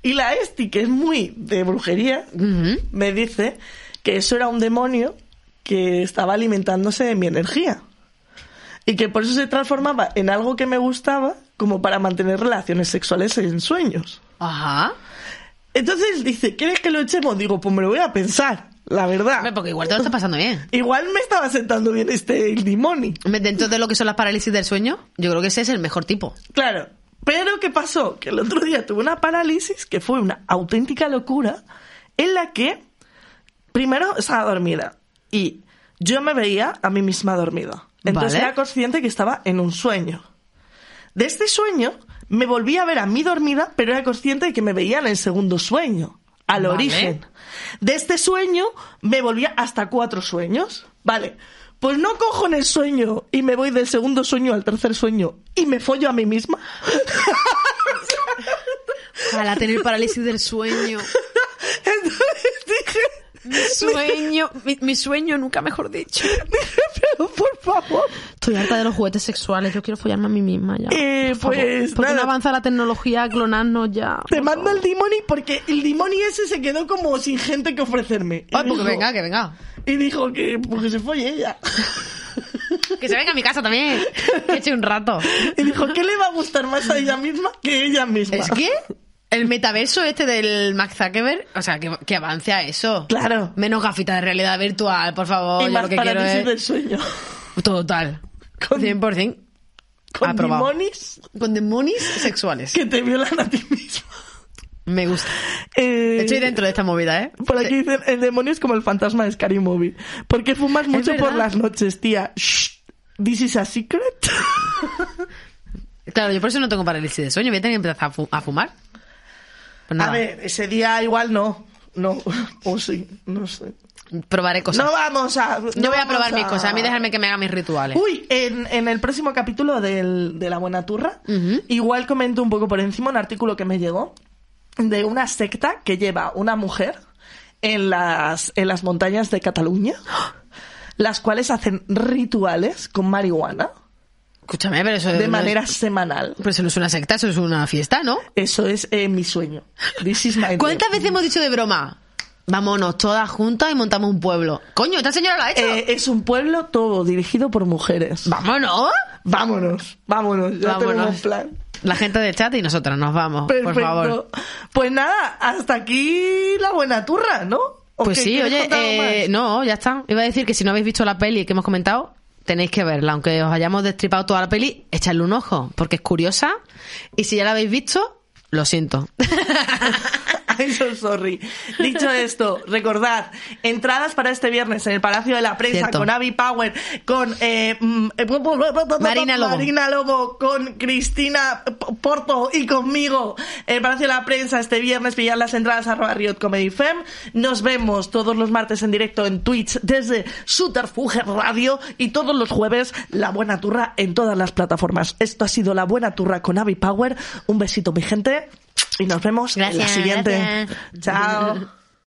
A: Y la Esti, que es muy de brujería,
B: Ujú.
A: me dice que eso era un demonio que estaba alimentándose de mi energía. Y que por eso se transformaba en algo que me gustaba como para mantener relaciones sexuales en sueños.
B: Ajá.
A: Entonces dice, ¿quieres que lo echemos? Digo, pues me lo voy a pensar, la verdad.
B: Hombre, porque igual te lo estás pasando bien.
A: Igual me estaba sentando bien este el Dimoni.
B: Hombre, Dentro de lo que son las parálisis del sueño, yo creo que ese es el mejor tipo.
A: Claro. Pero ¿qué pasó? Que el otro día tuve una parálisis que fue una auténtica locura en la que primero estaba dormida y yo me veía a mí misma dormida. Entonces
B: Vale.
A: era consciente que estaba en un sueño. De este sueño me volví a ver a mí dormida, pero era consciente de que me veía en el segundo sueño, al
B: Vale.
A: origen. De este sueño me volvía hasta cuatro sueños. Vale, pues no cojo en el sueño y me voy del segundo sueño al tercer sueño y me follo a mí misma.
B: Ojalá tener parálisis del sueño.
A: Entonces dije,
B: Mi sueño, mi, mi sueño nunca mejor dicho.
A: dije, pero por favor.
B: Estoy harta de los juguetes sexuales, yo quiero follarme a mí misma ya.
A: Eh,
B: Por favor.
A: pues,
B: ¿Por qué no
A: nada.
B: avanza la tecnología a clonarnos ya?
A: Te
B: por
A: manda
B: favor?
A: el Dimoni porque el Dimoni ese se quedó como sin gente que ofrecerme. Y
B: Ay, pues
A: dijo-
B: que venga, que venga.
A: Y dijo que, pues que se folle ella.
B: Que se venga a mi casa también. Que eche un rato.
A: Y dijo, ¿qué le va a gustar más a ella misma que ella misma?
B: Es que el metaverso este del Max Zuckerberg, o sea, que, que avance a eso.
A: Claro.
B: Menos gafitas de realidad virtual, por favor.
A: y
B: yo
A: más
B: lo que quiero
A: parálisis
B: es...
A: del sueño.
B: Total.
A: Con-
B: 100%.
A: Con
B: Aprobado.
A: Dimonis
B: Con demonios sexuales.
A: que te violan a ti mismo.
B: Me gusta.
A: Eh,
B: Estoy dentro de esta movida, ¿eh?
A: Por aquí dicen, el demonio es como el fantasma de Scary Movie. ¿Por qué fumas mucho por
B: verdad.
A: las noches, tía? Shh, this is a secret.
B: Claro, yo por eso no tengo parálisis de sueño. Voy a tener que empezar a, fu- a fumar. Pues nada,
A: A ver, ese día igual no. No, o sí, no sé.
B: probaré cosas.
A: No vamos a... no
B: yo voy a
A: vamos
B: probar mis cosas. A mí dejarme que me haga mis rituales.
A: Uy, en, en el próximo capítulo del- de La Buena Turra,
B: Ujú.
A: igual comento un poco por encima un artículo que me llegó de una secta que lleva una mujer en las, en las montañas de Cataluña, las cuales hacen rituales con marihuana
B: Escúchame, pero eso
A: de
B: Eh, no
A: manera
B: Es,
A: semanal.
B: pero eso no es una secta, eso es una fiesta, ¿no?
A: Eso es eh, mi sueño. This is my dream.
B: ¿Cuántas veces hemos dicho de broma? Vámonos todas juntas y montamos un pueblo. Coño, esta señora lo ha hecho.
A: Eh, es un pueblo todo dirigido por mujeres.
B: Vámonos.
A: Vámonos, vámonos, ya
B: Vámonos.
A: tenemos plan.
B: La gente del chat y nosotras nos vamos, por favor.
A: Pues nada, hasta aquí la buena turra, ¿no? ¿O
B: Pues
A: qué?
B: sí,
A: ¿Quieres
B: oye,
A: contar algo
B: eh,
A: más?
B: no, ya está. Iba a decir que si no habéis visto la peli que hemos comentado, tenéis que verla. Aunque os hayamos destripado toda la peli, echadle un ojo, porque es curiosa. Y si ya la habéis visto, lo siento.
A: I'm so sorry. Dicho esto, recordad, entradas para este viernes en el Palacio de la Prensa
B: Cierto.
A: con Abby Power, con eh, mm, eh, bu- bu- bu- bu- bu-
B: Marina Lobo.
A: Marina Lobo, con Cristina P- Porto y conmigo en el Palacio de la Prensa este viernes. Pillad las entradas arroba Riot Comedy Fem. Nos vemos todos los martes en directo en Twitch desde Suterfuge Radio y todos los jueves La Buena Turra en todas las plataformas. Esto ha sido La Buena Turra con Abby Power. Un besito, mi gente. Y nos vemos en la
F: Gracias,
A: siguiente.
F: gracias.
A: Chao.